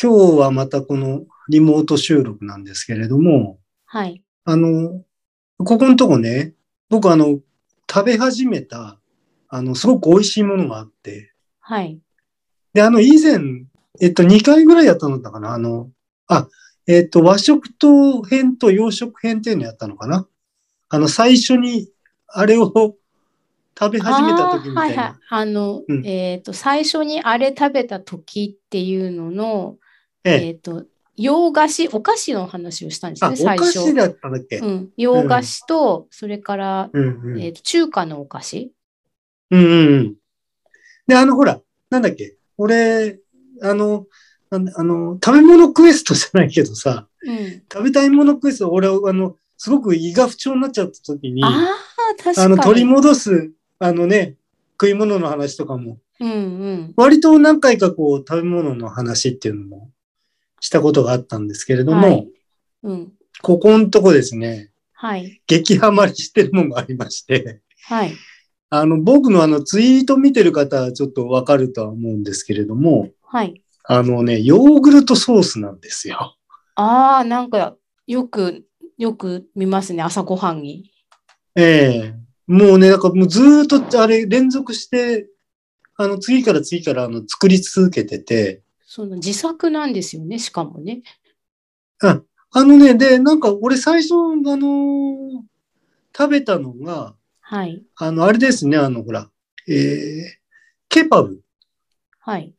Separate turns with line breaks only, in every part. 今日はまたこのリモート収録なんですけれども、
はい。
あの、ここのとこね、僕あの、食べ始めた、あの、すごく美味しいものがあって、
はい。
で、あの、以前、えっと、2回ぐらいやったのだったかなあの、あ、えっと、和食と編と洋食編っていうのやったのかなあの、最初に、あれを食べ始めた時みたい
あーはいはい
な。。
あの、
うん
えっ、と、最初にあれ食べた時っていうのの、
え
え
え。
っ、と、洋菓子、お菓子の話をしたんです
あ、
ね、
お
最
菓
初。
子だったんだっけ
うん、洋菓子と、それから、
うんうん。
えっ、と、中華のお菓子。
うんうんうん。で、あの、ほら、なんだっけ、俺、あの、なんあの、食べ物クエストじゃないけどさ、
うん。
食べたいものクエスト、俺、あの、すごく胃が不調になっちゃった時に、あ
ああ、確かに。
の、取り戻す、あのね、食い物の話とかも、
うんうん。
割と何回かこう、食べ物の話っていうのもしたことがあったんですけれども、
はい。うん。
ここのとこですね、
はい。
激ハマりしてるのがありまして、
はい。
あの、僕のあの、ツイート見てる方はちょっとわかるとは思うんですけれども、
はい。
あのね、ヨーグルトソースなんですよ。
ああ、なんか、よく、よく見ますね、朝ごはんに。
ええもうね、だからもうずーっとあれ連続して、あの、次から次からあの作り続けてて、
その自作なんですよね、しかもね。
あのね、で、なんか俺最初、あのー食べたのが、
はい。
あの、あれですね、あの、ほら、ええケパブ。
はい。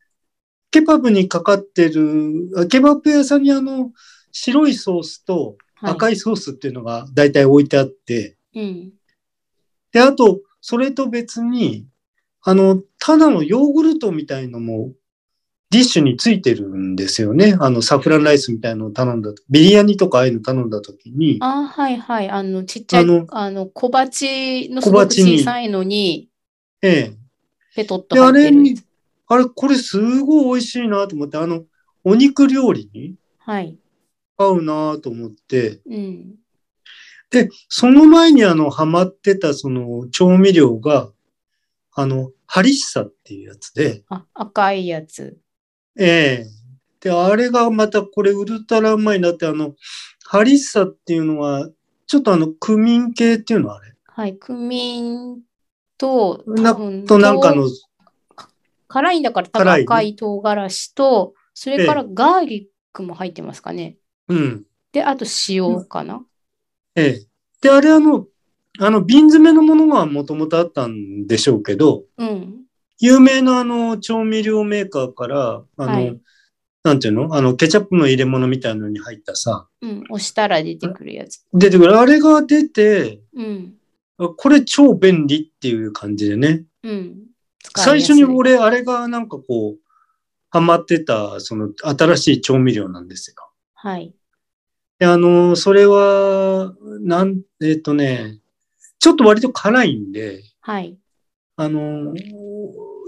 ケパブにかかってる、あケバブ屋さんにあの、白いソースと
はい、
赤いソースっていうのが大体置いてあって、
うん。
で、あと、それと別に、あの、ただのヨーグルトみたいのも、ディッシュについてるんですよね。あの、サフランライスみたいのを頼んだと。ビリヤニとかああいうの頼んだときに、
あーはいはい。あの、ちっちゃい、あ
あの
の、小鉢の
小
すごく
鉢に
小さいのに、
ええ。
ペトッと
で、あ
入っ
れ
てる
に。、あれ、これすごい美味しいなと思って、あの、お肉料理に
はい。
合うなと思って、
うん。
で、その前にあの、ハマってたその調味料が、あの、ハリッサっていうやつで、
あ、赤いやつ。
ええで、あれがまたこれウルトラうまいなって、あの、ハリッサっていうのは、ちょっとあの、クミン系っていうのはあれ
はい。クミンと、
な
多分
となんかの、
辛いんだから多分
辛いね
赤い唐辛子と、それからガーリックも入ってますかね。
うん。
で、あと塩かな。
ええで、あれあの、あの、瓶詰めのものがもともとあったんでしょうけど、
うん。
有名なあの、調味料メーカーから、あの、
はい
なんていうのあの、ケチャップの入れ物みたいのに入ったさ、
うん。押したら出てくるやつ。
出てくる。あれが出て、
うん。
これ超便利っていう感じでね。
うん。
最初に
使いやすい
俺、あれがなんかこう、ハマってた、その新しい調味料なんですよ。
はい。
で、あの、それは、なん、えっ、とね、ちょっと割と辛いんで、
はい。
あの、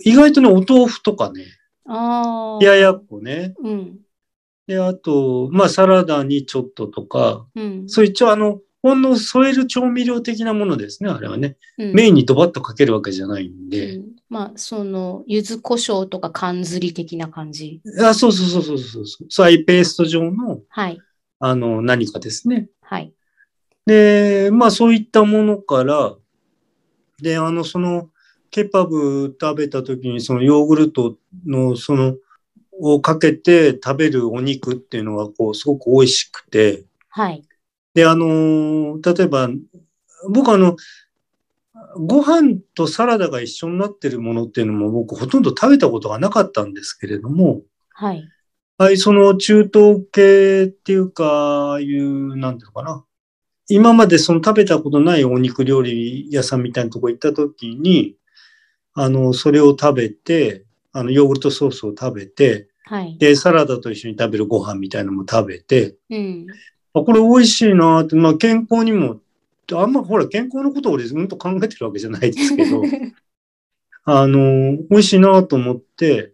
意外とね、お豆腐とかね、
ああ。
冷ややっこね、
うん。
で、あと、まあ、サラダにちょっととか、
うん。
そう一応あの、ほんの添える調味料的なものですね、あれはね。
うん
メインにドバッとかけるわけじゃないん
う
で。
んまあ、その、柚子胡椒とか缶ずり的な感じ。
あ、そうそうそうそうそうそう。そうああいうペースト状の、
はい。
あの、何かですね。
はい。
で、まあそういったものから、で、あの、その、ケパブ食べた時に、そのヨーグルトの、その、をかけて食べるお肉っていうのは、こう、すごく美味しくて、
はい。
で、あの、例えば、僕あの、ご飯とサラダが一緒になってるものっていうのも僕ほとんど食べたことがなかったんですけれども、
はい。
はい、その中東系っていうか、ああいう、なんていうのかな。今までその食べたことないお肉料理屋さんみたいなとこ行った時に、あの、それを食べて、あの、ヨーグルトソースを食べて、
はい。
で、サラダと一緒に食べるご飯みたいなのも食べて、
うん。
あ、これ美味しいなって、まあ健康にも、あんまほら健康のことを俺ずっと考えてるわけじゃないですけど、あの、美味しいなと思って、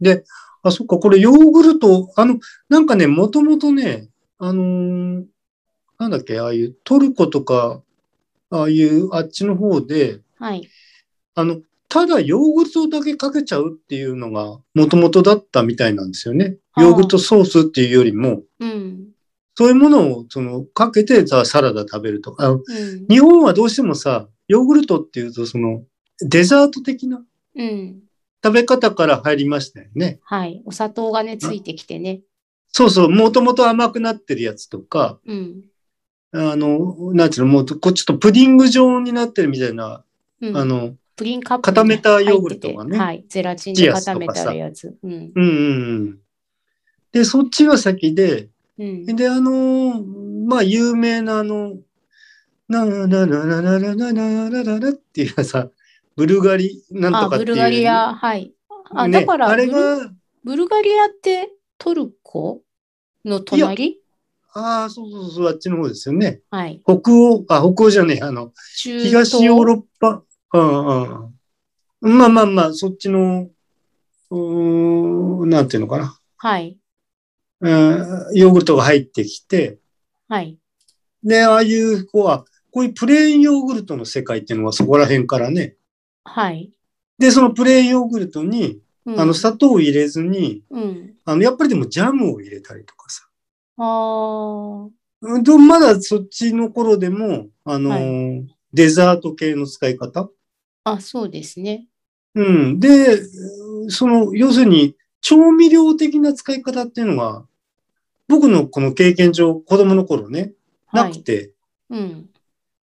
で、あ、そっか、これヨーグルト、あの、なんかね、もともとね、あのーなんだっけ、ああいうトルコとか、ああいうあっちの方で、
はい。
あの、ただヨーグルトだけかけちゃうっていうのが元々だったみたいなんですよね。ヨーグルトソースっていうよりも、
うん。
そういうものをそのかけてさサラダ食べるとか、あの
うん。
日本はどうしてもさ、ヨーグルトっていうとそのデザート的な
うん。
食べ方から入りましたよね。
はい。お砂糖がね、ついてきてね。
そうそう、もともと甘くなってるやつとか、
うん。
あの、なんていうの、もうこうちょっとプディング状になってるみたいな、
うん、
あの、
プリンカップ
固めた
に
ヨーグルトがね
入っててはい。ゼラチンで固めたやつ。うん。
うんうんうん。で、そっちが先で、
うん。
で、あのーまあ、有名なあの、ななななななななななななっていうさ、ブルガリ、なん
あ、
とかっ
ブ
ていう。
ルガリア。はい。あ、
ね
だから
あれ
ブル
が、
ブルガリアってトルコの隣
ああ、そうそうそう、あっちの方ですよね。
はい。
北欧、あ、北欧じゃねえ、あの、
中東
東ヨーロッパ、うんうん。まあまあまあ、そっちの、うーんなんていうのかな、
はい。
うん、ヨーグルトが入ってきて、
はい。
で、ああいう子は、こういうプレーンヨーグルトの世界っていうのはそこら辺からね。
はい。
で、そのプレーンヨーグルトに、
うん、
あの、砂糖を入れずに、
うん。
あの、やっぱりでもジャムを入れたりとかさ。
ああ。
うんと、まだそっちの頃でも、あのー
は
デザート系の使い方
あ、そうですね。
うん。で、その、要するに、調味料的な使い方っていうのが、僕のこの経験上、子供の頃ね、
は
なく
い。
て、
うん。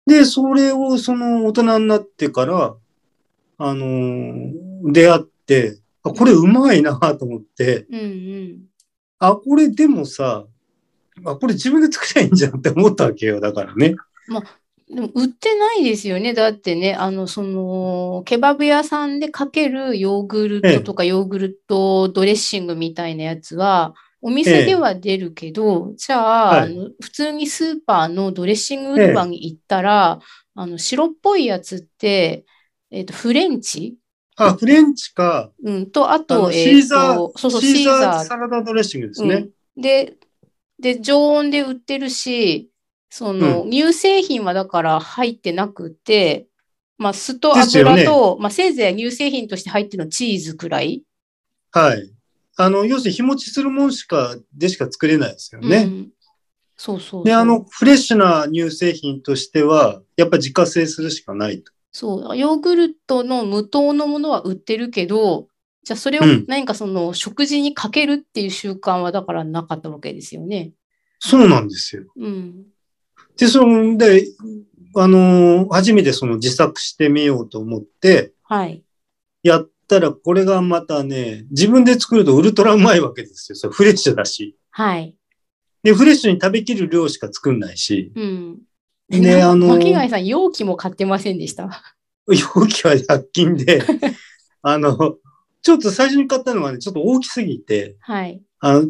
で、それをその大人になってから、あのー出会って、あこれうまいなと思って、
うんうん。
あ、これでもさ、あ、これ自分で作りゃいいんじゃんって思ったわけよ。だからね。
でも売ってないですよね。だってね、あの、その、ケバブ屋さんでかけるヨーグル
ええ
トとかヨーグルトドレッシングみたいなやつは、お店では出るけど、じゃあ、
はい
あの普通にスーパーのドレッシング売り場に行ったら、あの、白っぽいやつって、えっと、フレンチ
あ、フレンチか、
うん、と、あ
あの
と、えっ
シーザー
と、そうそう、
シーザー
シーザ
サラダドレッシングです
ー、
ね。
うん。で、で、常温で売ってるし、その、乳製品はだから入ってなくて、まあ、酢と
ですよね
油と、まあ、せいぜい乳製品として入ってるのはチーズくらい。
はい。あの、要するに日持ちするもんしか、でしか作れないですよ
う
ね。
ん。そうそうそう。
で、あの、フレッシュな乳製品としては、やっぱ自家製するしかないと。
そう、ヨーグルトの無糖のものは売ってるけど、じゃあそれを
うん
何かその食事にかけるっていう習慣はだからなかったわけですよね。
そうなんですよ。
うん。
で、その、で、あのー初めてその自作してみようと思って、
はい。
やったらこれがまたね、自分で作るとウルトラうまいわけですよ。それフレッシュだし。
はい。
で、フレッシュに食べきる量しか作んないし、
うん。
ねあの
巻貝さん、容器も買ってませんでした。
容器は100均で、あの、ちょっと最初に買ったのがね、ちょっと大きすぎて、
はい。
あの、あの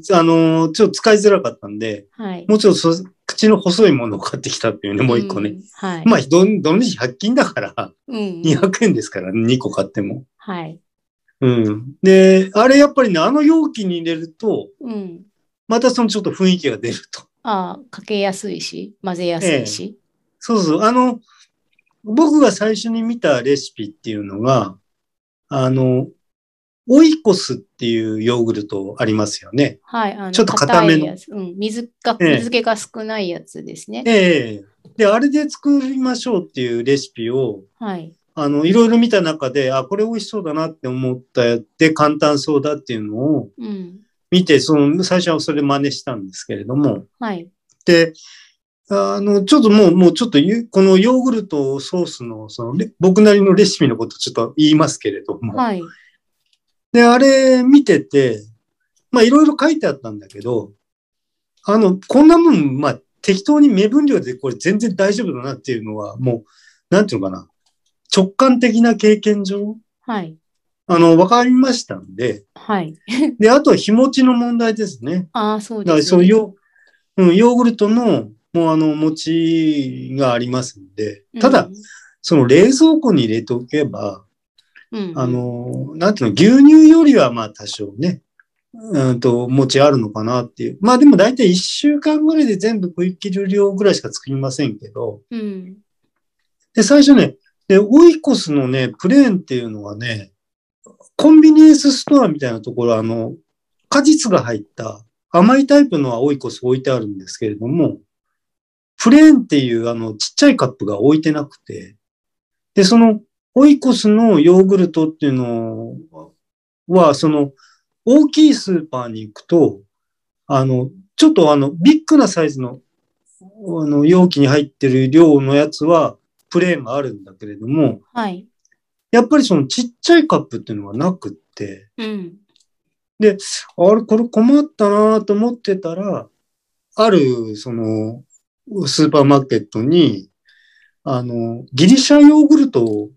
ーちょっと使いづらかったんで、
はい。
もうちょっとそ口の細いものを買ってきたっていうね、もう一個ね。
ん。はい。
まあ、どん、どんし100均だから、
うん。
200円ですから、ね、2個買っても。
はい。
うん。で、あれやっぱりね、あの容器に入れると、
うん。
またそのちょっと雰囲気が出ると。
ああ、かけやすいし、混ぜやすいし。
そうそう。あの、僕が最初に見たレシピっていうのが、あの、オイコスっていうヨーグルトありますよね。
はい。あの
ちょっと固めの
いやつ。うん。水が、
ええ
水気が少ないやつですね。
ええで、あれで作りましょうっていうレシピを、
はい。
あの、いろいろ見た中で、あ、これ美味しそうだなって思ったやって簡単そうだっていうのを
うん。
見て、その、最初はそれ真似したんですけれども、
はい。
で、あの、ちょっともう、もうちょっとゆ、このヨーグルトソースの、そのレ、僕なりのレシピのことちょっと言いますけれども。
はい。
で、あれ見てて、まあいろいろ書いてあったんだけど、あの、こんなもん、まあ適当に目分量でこれ全然大丈夫だなっていうのは、もう、なんていうのかな、直感的な経験上、
はい。
あの、わかりましたんで、
はい。
で、あとは日持ちの問題ですね。
ああ、そう
だか
で
ら
す
そ
ね
のヨ,、うん、ヨーグルトの、もうあの、餅がありますんで、ただ、、その冷蔵庫に入れておけば、
うんうん
あ、の、なんていうの、牛乳よりはまあ多少ね、うんと、餅あるのかなっていう。まあでも大体1週間ぐらいで全部食い切る量ぐらいしか作りませんけど、
うん。
で、最初ね、で、オイコスのね、プレーンっていうのはね、コンビニエンスストアみたいなところ、あの、果実が入った甘いタイプのはオイコス置いてあるんですけれども、プレーンっていうあの、ちっちゃいカップが置いてなくて、で、その、オイコスのヨーグルトっていうのは、その、大きいスーパーに行くと、あの、ちょっとあの、ビッグなサイズの、あの、容器に入ってる量のやつは、プレーンがあるんだけれども、
はい。
やっぱりそのちっちゃいカップっていうのはなくって、
うん。
あれ、これ困ったなと思ってたら、ある、その、スーパーマーケットに、あの、ギリシャヨーグルト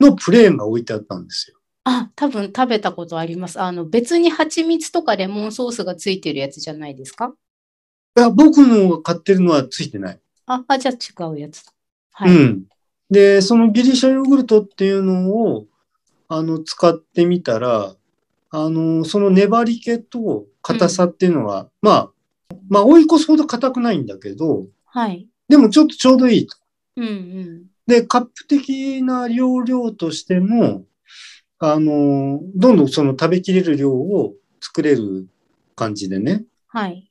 のプレーンが置いてあったんですよ。
あ、多分食べたことあります。あの、別に蜂蜜とかレモンソースがついてるやつじゃないですか
いや、僕のが買ってるのはついてない。
あ、あ、じゃあ違うやつだ。はい。
うん。で、そのギリシャヨーグルトっていうのを、あの、使ってみたら、あの、その粘り気と硬さっていうのは、まあ、まあ、追い越すほど硬くないんだけど、
はい。
でもちょっとちょうどいいと。
うんうん。
で、カップ的な容量としても、あの、どんどんその食べきれる量を作れる感じでね。
はい。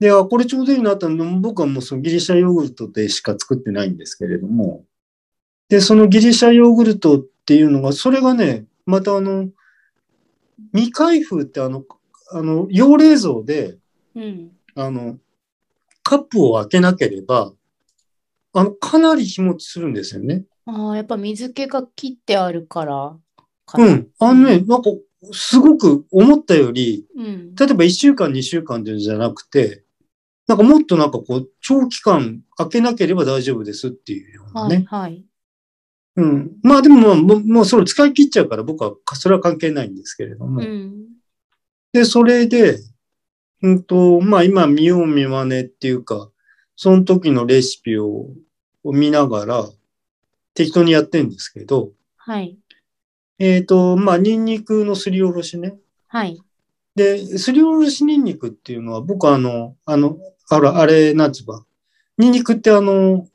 で、あ、これちょうどいいなと、僕はもうそのギリシャヨーグルトでしか作ってないんですけれども、で、そのギリシャヨーグルトっていうのが、それがね、またあの、未開封ってあの、あの、用冷蔵で、
うん。
あの、カップを開けなければ、あの、かなり日持ちするんですよね。
ああ、やっぱ水気が切ってあるからか
う
な。
ん。あのね、なんか、すごく思ったより、
うん。
例えば1週間、2週間じゃなくて、なんかもっとなんかこう、長期間開けなければ大丈夫ですっていうような
はい、
ね。
はい。
うん。まあでもまあもう、もうそれ使い切っちゃうから僕はかそれは関係ないんですけれども。
うん。
で、それで、うんと、まあ今見よう見まねっていうか、その時のレシピをを見ながら適当にやってるんですけど、
はい。
えっ、と、まあニンニクのすりおろしね。
はい。
で、すりおろしニンニクっていうのは、僕あの、あの、あら、あれ、なんつうか、ニンニクってあの、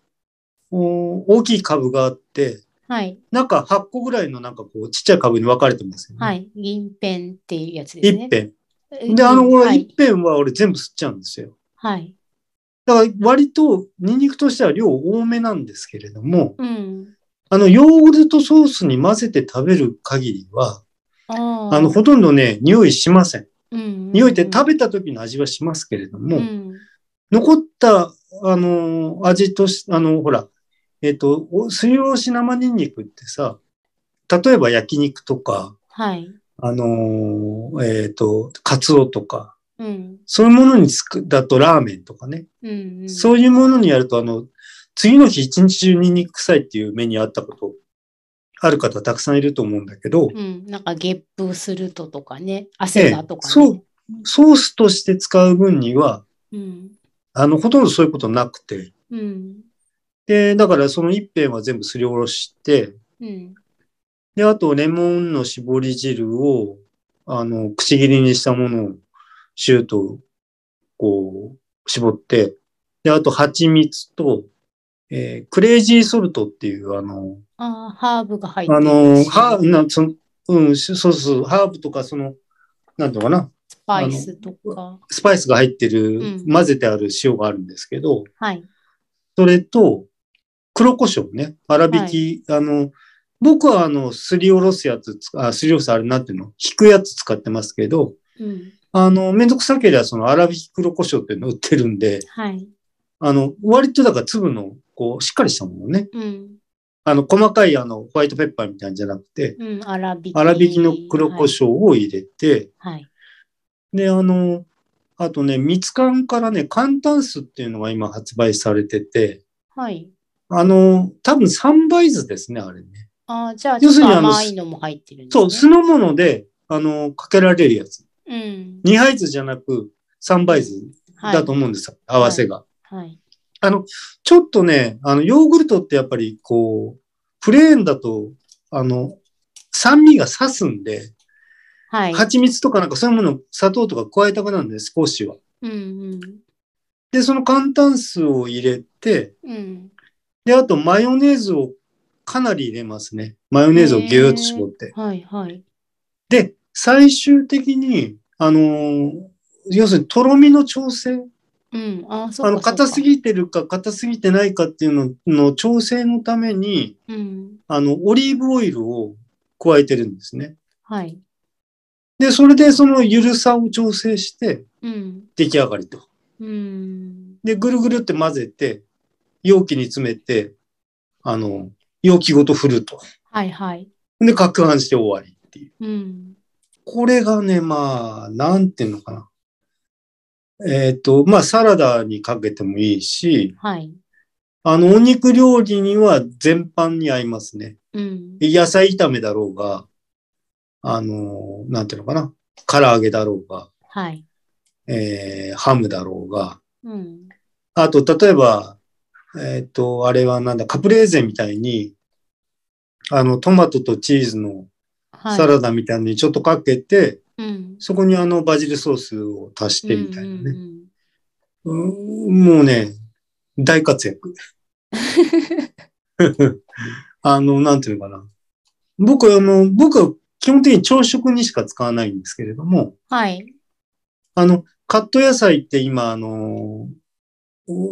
お大きい株があって、
はい。
なんか8個ぐらいのなんかこう、ちっちゃい株に分かれてますよね。
はい。銀片っていうやつです
一
ね。
辺。
うん
で、あの、
は
俺、
い
一。辺は俺全部吸っちゃうんですよ。
はい。
だから割と、ニンニクとしては量多めなんですけれども、
うん。
あの、ヨーグルトソースに混ぜて食べる限りは、
ああ
あの、ほとんどね、匂いしません。
うん。
匂いって食べた時の味はしますけれども、
うん。
残った、あの、味とし、あの、ほら、えっ、と、おすりおろし生ニンニクってさ、例えば焼肉とか、
はい。
あの、えっ、と、カツオとか、
うん。
そういうものにつく、だとラーメンとかね、
うんうん。
そういうものにやると、あの、次の日一日中ニンニク臭いっていう目にあったこと、ある方たくさんいると思うんだけど、
うん。なんか、ゲップするととかね。
え
汗
え
がとかね。
そう、ソースとして使う分には、
うん。
あの、ほとんどそういうことなくて、
うん。
で、だからその一辺は全部すりおろして、
うん。
で、あと、レモンの絞り汁を、あの、くし切りにしたものを、シュート、こう、絞って、で、あと、蜂蜜と、えークレイジーソルトっていう、あの、
ああ、ハーブが入って
あ
る
の、ハーブ、な、その、うん、しそうそう、ハーブとか、その、なんていうのかな、
スパイスとか。
スパイスが入ってる、
うん
混ぜてある塩があるんですけど、
はい。
それと、黒胡椒ね、粗挽き、あの、僕はあの、すりおろすやつつ、あ、すりおろすあれなんていうの引くやつ使ってますけど、
うん。
あの、めんどくさければその粗挽き黒胡椒っていうの売ってるんで、
はい。
あの、割とだから粒の、こう、しっかりしたものね。
うん。
あの、細かいあの、ホワイトペッパーみたいなんじゃなくて、
うん。粗挽き。
粗挽きの黒胡
はい。
椒を入れて、
はい。
で、あの、あとね、蜜柑からね、寒炭酢っていうのが今発売されてて、
はい。
あの、多分三杯酢ですね、あれね。
ああ、じゃあ、ちょ
要
っ
する
と
にあの
甘いのも入ってるんですね。
そう、酢の物で、あの、かけられるやつ。
うん。
二杯酢じゃなく、三杯酢
はい。
だと思うんですよ、合わせが。
はい。
あの、ちょっとね、あの、ヨーグルトってやっぱり、こう、プレーンだと、あの、酸味が刺すんで、
はい。
蜂蜜とかなんかそういうもの、砂糖とか加えたくなるんで、少しは。
うん
で、その寒炭酢を入れて、
うん。うん。
で、あとマヨネーズをかなり入れますね。マヨネーズをぎゅーっと絞って。
はいはい。
で、最終的に、あのー要するにとろみの調整。
うん。あ、そうか。
あの、硬す
ぎ。
ぎてるか硬すぎてないかっていうのの調整のために、
うん。
あの、オリーブオイルを加えてるんですね。
はい。
で、それでその緩さを調整して
うん。
出来上がりと。
うん。
で、ぐるぐるって混ぜて、容器に詰めて、あの、容器ごと振ると。
はいはい。
で、攪拌して終わりっていう。
うん。
これがね、まあ、なんていうのかな。えっ、と、まあ、サラダにかけてもいいし、
はい。
あの、お肉料理には全般に合いますね。
うん。
野菜炒めだろうが、あの、なんていうのかな。唐揚げだろうが、
はい。
えー、ハムだろうが、
うん。
あと、例えば、えっ、と、あれはなんだ、カプレーゼみたいに、あの、トマトとチーズの
はい。
サラダみたいにちょっとかけて、
うん。
そこにあの、バジルソースを足してみたいなね。
うんうんうん
うんもうね、大活躍。あの、なんていうのかな。僕、あの、僕は基本的に朝食にしか使わないんですけれども、
はい。
あの、カット野菜って今、あの、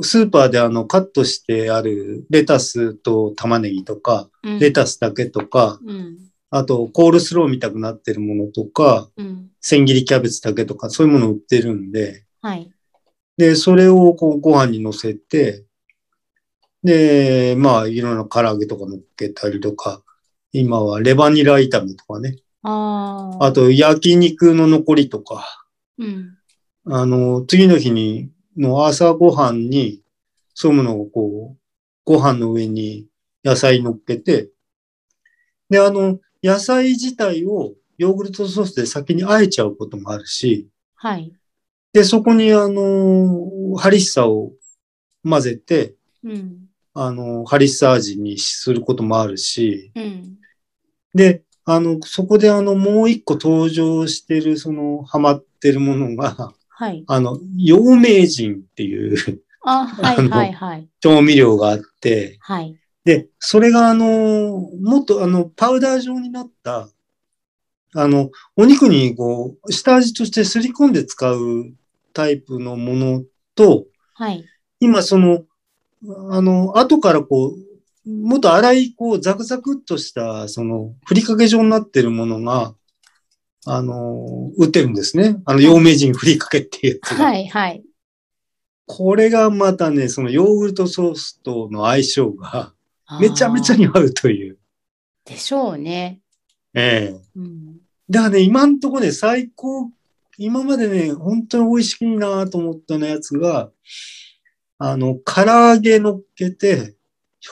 スーパーであの、カットしてあるレタスと玉ねぎとか、
うん
レタスだけとか、
うん。
あと、コールスローみたくなってるものとか、
うん。
千切りキャベツだけとか、そういうものを売ってるんで、
はい。
で、それをこうご飯に乗せて、で、まあ、いろんな唐揚げとか乗っけたりとか、今はレバニラ炒めとかね、
ああ。
あと焼肉の残りとか、
うん。
あの、次の日に、の朝ご飯に、そういうものをこう、ご飯の上に野菜乗っけて、で、あの、野菜自体をヨーグルトソースで先に和えちゃうこともあるし、
はい。
で、そこに、あの、ハリッサを混ぜて、
うん。
あの、ハリッサ味にすることもあるし、
うん。
で、あの、そこで、あの、もう一個登場してる、その、ハマってるものが、
はい。
あの、陽明人っていう
あ、はいはいはい。
調味料があって、
はい。
で、それが、あの、もっと、あの、パウダー状になった、あの、お肉に、こう、下味としてすり込んで使うタイプのものと、
はい。
今その、あの、後からこう、もっと粗い、こう、ザクザクっとした、その、ふりかけ状になってるものが、あの、売ってるんですね。あの、陽明人ふりかけっていうやつが。
はいはい。
これがまたね、そのヨーグルトソースとの相性が、
あ ー
めちゃめちゃに合うという。
でしょうね。
ええ
うん。
だからね、今んとこね、最高、今までね、本当に美味しいなと思ったのやつが、あの、唐揚げ乗っけて、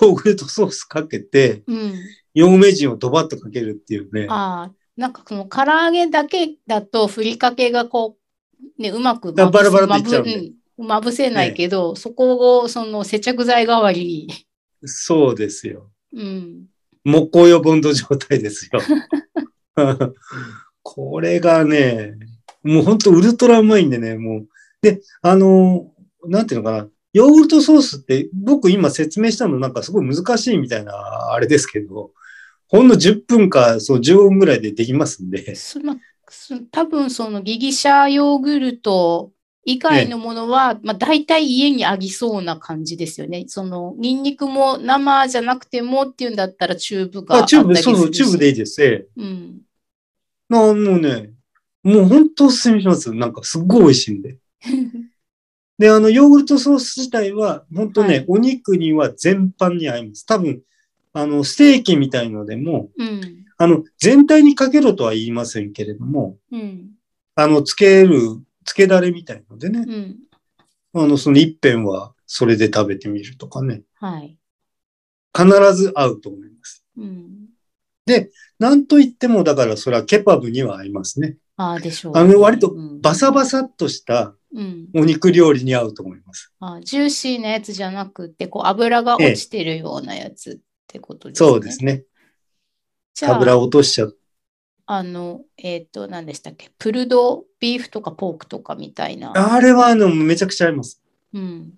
ヨーグルトソースかけて、
うん。
陽明人をドバッとかけるっていうね。
ああ、なんかその唐揚げだけだとふりかけがこう、ね、うまく
だ
ま
から
ぶ
バラ
せ
バラっていっちゃうんで
うんまぶせないけど、そこをその接着剤代わりに、
そうですよ。
うん、
木工用ボンド状態です よ。これがね、もう本当ウルトラうまいんでね、もう。で、あの、なんていうのかな。ヨーグルトソースって僕今説明したのなんかすごい難しいみたいなあれですけど、ほんの10分かそう15分ぐらいでできますんで、
そまそ多分そのギリシャヨーグルト以外のものは、まあ、大体家にありそうな感じですよね。そのニンニクも生じゃなくてもっていうんだったらチューブがあ
あ
った
チューブ、
りす
そう
る
そう、チューブでいいです。ええ
うん。
なもうね、もう本当おすすめします。なんかすっごい美味しいんで。で、あの、ヨーグルトソース自体は、本当ね、
はい
お肉には全般に合います。多分、あの、ステーキみたいのでも、
うん。
あの、全体にかけろとは言いませんけれども、
うん。
あの、つける、つけだれみたいのでね
う、ん。
あの、その一辺はそれで食べてみるとかね、
はい。
必ず合うと思います。
うん。
なんといっても、だからそれはケパブには合いますね。
ああでしょう、
あの割と
うん
バサバサっとした
うん、
お肉料理に合うと思います。
あジューシーなやつじゃなくて、こう油が落ちてるようなやつってことですね。
そうですね。
じゃ
油
あ、
を落としちゃう。
あの、えっ、と、何でしたっけ、プルドビーフとかポークとかみたいな。
あれは、あの、めちゃくちゃ合います。
うん。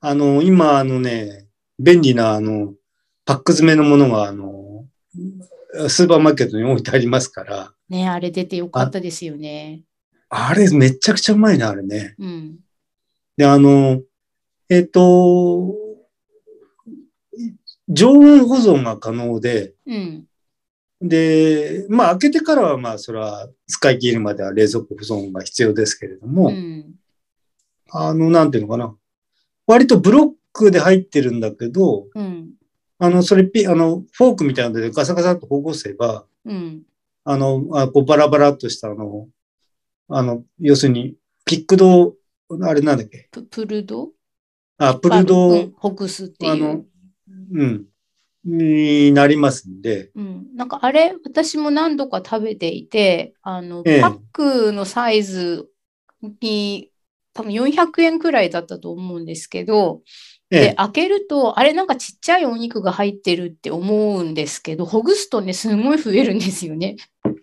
あの、今、あのね、便利な、あの、パック詰めのものが、あの、スーパーマーケットに置いてありますから、
ね、あれ出てよかったですよね。
あれめちゃくちゃうまいな、あれね。
うん。
で、あの、えっ、と、常温保存が可能で、
うん。
で、まあ開けてからはまあそれは使い切るまでは冷蔵庫保存が必要ですけれども、
うん。
あの、なんていうのかな。割とブロックで入ってるんだけど、
うん。
あの、それピ、あの、フォークみたいなのでガサガサっと保護せば、
うん。
あの、あこうバラバラっとしたあの、あの、要するに、ピックド、あれなんだっけ、
ププルド
あ、プルド、
うんホクスって
あ
い
の
う。、
うん、になりますんで、
うん、なんかあれ、私も何度か食べていて、あの、
ええ
パックのサイズに、多分400円くらいだったと思うんですけど、
え
で、
え、
開けると、あれなんかちっちゃいお肉が入ってるって思うんですけど、ほぐすとね、すごい増えるんです よね。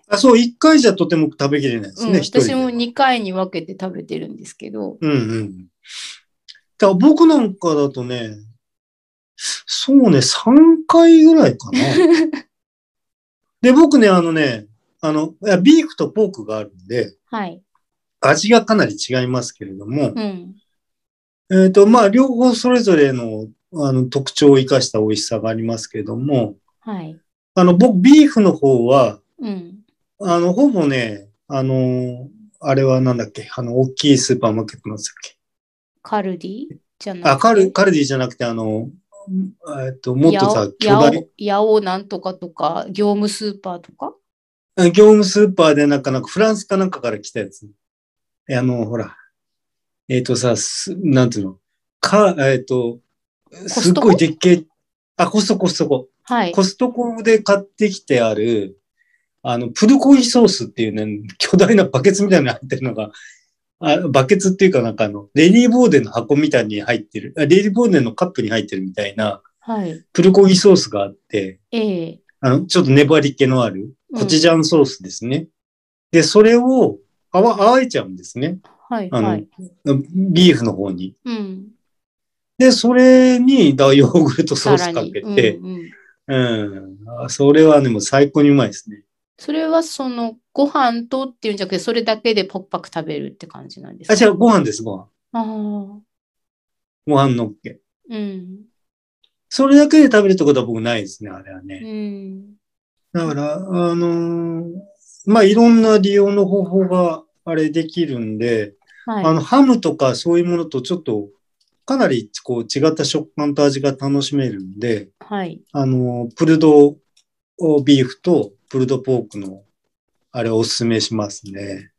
あそう、一回じゃとても食べきれないです
うん、
ね、一、
私も
人で。
2回に分けて食べてるんですけど、
うんうん。だから僕なんかだとね、そうね、3回ぐらいかな。で、僕ね、あのね、あの、いやビーフとポークがあるんで、
はい。
味がかなり違いますけれども、
うん。
えっ、と、まあ、両方それぞれのあの特徴を生かした美味しさがありますけども、
はい。
あの、僕、ビーフの方は、
うん。
あの、ほぼね、あの、あれはなんだっけ、あの、大きいスーパーマーケットなんですっ
カルディじゃな
け。あ、
く
カル、
て
カルディじゃなくて、あの、えっと、もっとさ、巨
ヤオ
大、
ヤオヤオなんとかとか、業務スーパーとか
業務スーパーでなんか、なんかフランスかなんかから来たやつ。えあの、ほら、えっ、とさ、すなんていうの、か、えっ、と、
スト
すっ
コ
ごいでっけえ、あ、コストコ、コストコ。
はい。
コストコで買ってきてある、あの、プルコギソースっていうね、巨大なバケツみたいなのに入ってるのが、あバケツっていうかなんかあの、レディーボーデンの箱みたいに入ってる、あレディーボーデンのカップに入ってるみたいな、
はい。
プルコギソースがあって、
ええ
あの、ちょっと粘り気のある、
うん
コチュジャンソースですね。で、それを、あわ、あえちゃうんですね。
はい、
あの
はい。
ビーフの方に。
うん。
で、それに、だヨーグルトソ
さ
ース
ら
か
に。
け
うん
て、
うん
うん、あそれはね、もう最高にうまいですね。
それはその、ご飯とっていうんじゃなくて、それだけでパクパク食べるって感じなんです
あ、
か
違う、ご飯です、ご飯。
ああ。
ご飯のっけ。
うん。
それだけで食べるってことは僕ないですね、あれは
う
ね。
ん。
だから、あのーまあ、いろんな利用の方法が、あれできるんで、あ
はい。
の、ハムとかそういうものとちょっと、かなり、こう、違った食感と味が楽しめるんで、
はい。
あのープルドビーフとプルドポークの、あれをおすすめしますね。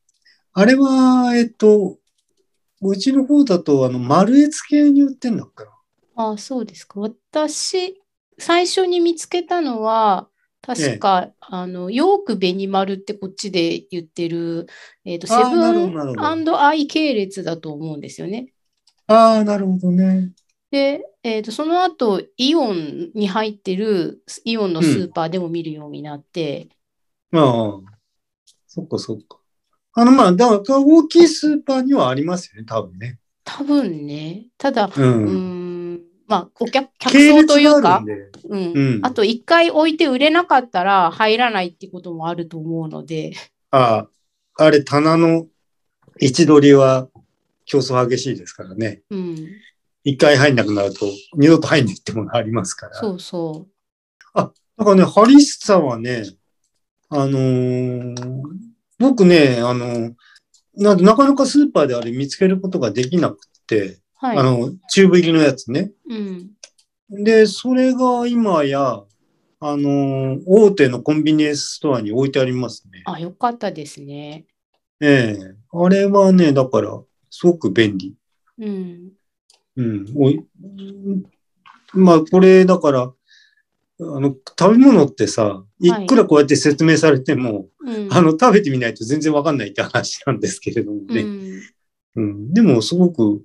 あれは、えっと、うちの方だと、あの、丸越系に売ってんだっけな。
ああ、そうですか。私、最初に見つけたのは、確か、あの、ヨークベニマルってこっちで言ってる、えっと、セ
あー
ブ
なるほどなるほど
ンアイ系列だと思うんですよね。
ああ、なるほどね。
で、えーと、その後、イオンに入ってるイオンのスーパーでも見るようになって、
ああ、そっかそっか。あの、まあ、だから、大きいスーパーにはありますよね、多分ね。
多分ね、ただ、
う。
うんーん、まあ、お客、客
系
層
列
という
があるん、
か
で。
うん、
うん
あと一回置いて売れなかったら入らないってこともあると思うので、
ああ、あれ、棚の位置取りは競争激しいですからね。
うん、
一回入んなくなると、二度と入んないってものありますから。
そうそ
だからね、ハリッサはね、あのー僕ね、あのーなんなかなかスーパーであれ見つけることができなくて、
う、はい
あ、の、チューブ入りのやつね。
うん、
で、それが今や、あの、大手のコンビニエンスストアに置いてありますね。
あ、よかったですね。
ええ。あれはね、だから、すごく便利。
うん、
うん。おいまあ、これ、だから、あの、食べ物ってさ、い
はい
くらこうやって説明されても、
うん、
あの、食べてみないと全然わかんないって話なんですけれども
う
ね。
ん、
うん。でも、すごく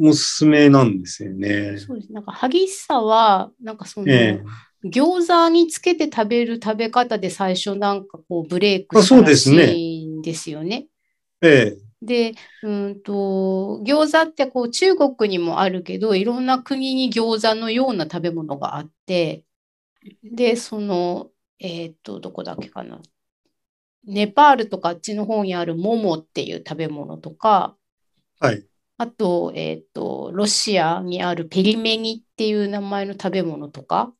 おすすめなんですよね。
そうです。なんか、萩久は、なんかその、
ええ。
餃子につけて食べる食べ方で最初なんかこうブレイク
あ
した
そう
ら
で
し
すね
いんですよね。
え
で、うんと、餃子ってこう中国にもあるけど、いろんな国に餃子のような食べ物があって、で、その、えーっと、どこだっけかな。ネパールとかあっちの方にあるモモっていう食べ物とか、
はい
あと、えーっと、ロシアにあるペリメニっていう名前の食べ物とか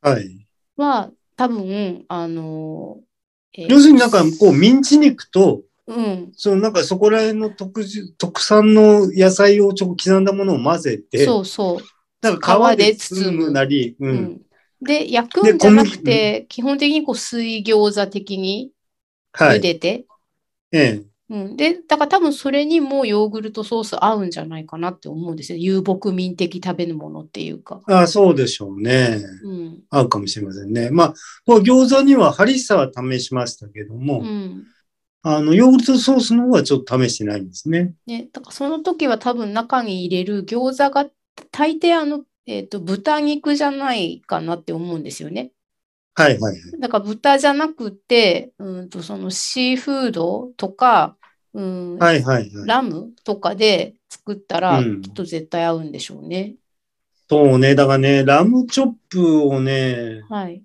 はい。
は、多分、あの、えー
要するになんかこうミンチ肉と、
うん、
そのなんかそこら辺の特需特産の野菜をちょっと刻んだものを混ぜて、
そうそう。
なんか皮で
皮で
包
包
む
む
なり、う。
うんん、で、焼く
で
んじゃな
小
く
麦
て、基本的にこう水餃子的に
は
茹
い。
でて、
ええ。
うん、で、だから多分それにもヨーグルトソース合うんじゃないかなって思うんですよ。遊牧民的食べ物っていうか。
ああそうでしょうね。
うん。
合うかもしれませんね。まあ、こう餃子にはハリッサは試しましたけども、
うん。
あの、ヨーグルトソースの方はちょっと試してないんですね。
ね、だからその時は多分中に入れる餃子が大抵あの、えっと、豚肉じゃないかなって思うんですよね。
はいはいはい。
だから豚じゃなくて、うんとそのシーフードとか、うん、
はいはいはい。
ラムとかで作ったら、
うん
きっと絶対合うんでしょうね。
そうね。だからね、ラムチョップをね、
はい。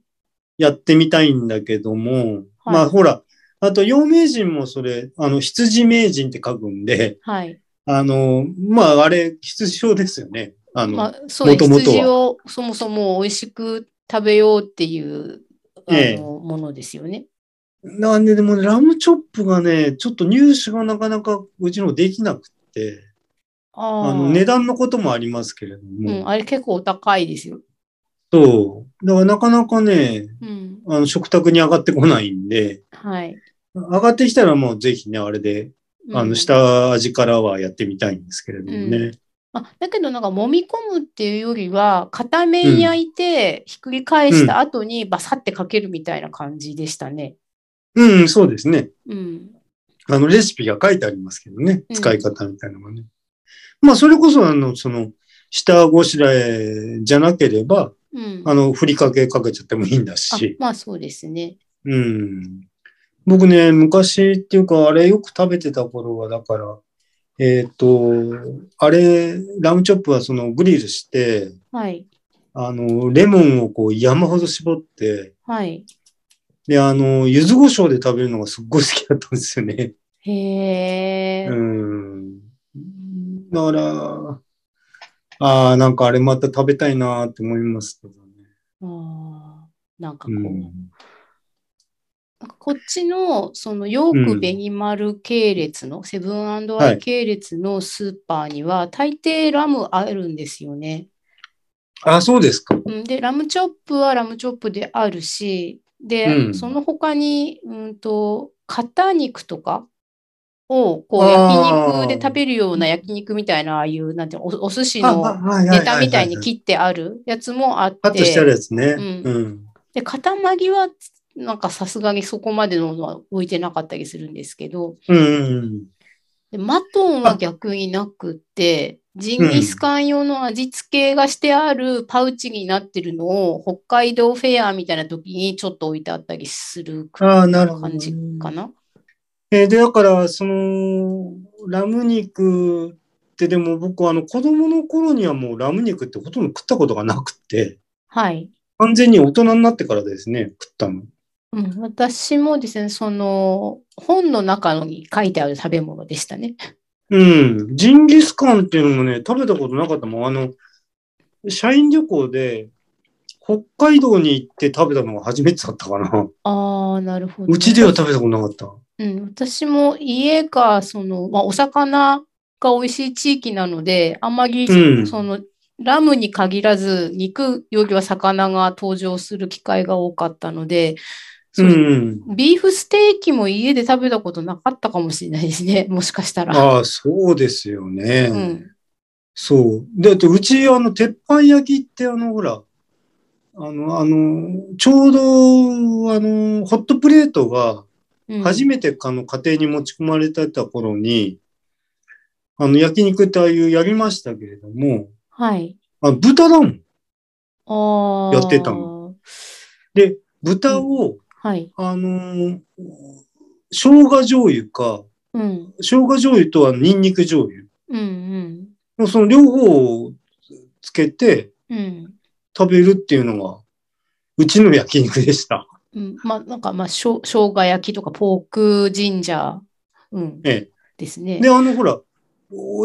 やってみたいんだけども、
はい
まあほら、あと、陽明人もそれ、あの、羊名人って書くんで、
はい。
あの、まああれ、羊症ですよね。あの、
まあ、そうで
元
す。
々は
羊をそもそも美味しく食べようっていう、あの、
ええ
ものですよね。
なんで、でもねラムチョップがね、ちょっと入手がなかなかうちのできなくって、
あ
あ
あ
の値段のこともありますけれど
う
も、
ん、あれ結構お高いですよ。
そう。だからなかなかね、
うん。
あの食卓に上がってこないんで、
はい。
上がってきたらもうぜひね、あれで、あ
うん
の、下味からはやってみたいんですけれどもね。
あ、だけどなんか揉み込むっていうよりは、片面焼いてひっくり返した後にバサってかけるみたいな感じでしたね。
うん、そうですね。
うん。
あの、レシピが書いてありますけどね。
うん
使い方みたいなのがね。まあ、それこそ、あの、その、下ごしらえじゃなければ、
うん。
あの、ふりかけかけちゃってもいいんだ
あ
し。
まあそうですね。
うん。僕ね、昔っていうか、あれよく食べてた頃は、だから、えっ、と、あれ、ラムチョップはそのグリルして、
はい。
あの、レモンをこう山ほど絞って、
はい。
で、あの、柚子胡椒で食べるのがすっごい好きだったんですよね。
へえ。
うん。だから、ああ、なんかあれまた食べたいなって思いますけどね。
あーなんかこ
う
う、
ん。
なんかこっちの、そのヨークベニマル系列の、セブンア
はい
イ系列のスーパーには、大抵ラムあるんですよね。
あ、そうですか。
うんで、ラムチョップはラムチョップであるし、で、
うん
その他に、うんと、肩肉とかを、こう、
あー
焼肉で食べるような焼肉みたいな、ああいう、なんていうのお、お寿司
あ、
の
はい
ネタみたいに
っ
切ってあるやつもあって、
カットしてあるやつね。
う
うん
で、片間際は、なんかさすがにそこまでののは置いてなかったりするんですけど、
うんうん
でマトンは逆になくって、ジンギスカン用の味付けがしてあるパウチになってるのを、北海道フェアみたいな時にちょっと置いてあったりする
うん。ああ、なるほどね。
感じかな。
えーで、だから、その、ラム肉ってでも僕、あの、子供の頃にはもうラム肉ってほとんど食ったことがなくて、
はい。
完全に大人になってからですね、食ったの。
うん、私もですね、その、本の中のに書いてある食べ物でしたね。
うん。ジンギスカンっていうのもね、食べたことなかったもん。あの、社員旅行で、北海道に行って食べたのが初めてだったかな。
ああ、なるほど。
うちでは食べたことなかった。
うん、私も家が、その、まあ、お魚が美味しい地域なので、あまり、
うん。
その、ラムに限らず、肉よりは魚が登場する機会が多かったので、そううんビーフステーキも家で食べたことなかったかもしれないですね、 もしかしたら。
ああ、そうですよね。
うん。
そう。だって、うち、あの、鉄板焼きって、あの、ほら、あの、あの、ちょうど、あの、ホットプレートが、
うん
初めて、あの、家庭に持ち込まれてた頃に、あの、焼肉ってああいうやりましたけれども、
はい。
あ豚だもん。
ああ。
やってたの豚を、
はい。
あの、生姜醤油か、
うん。
生姜醤油とはニンニク醤油
うんうん。
のその両方をつけて
うん。
食べるっていうのが、うちの焼肉でした。
うん、まあ、なんか、まあ、しょう生姜焼きとか、ポークジンジャー、うん、
え
です
え。
ね
で、。あの、ほら、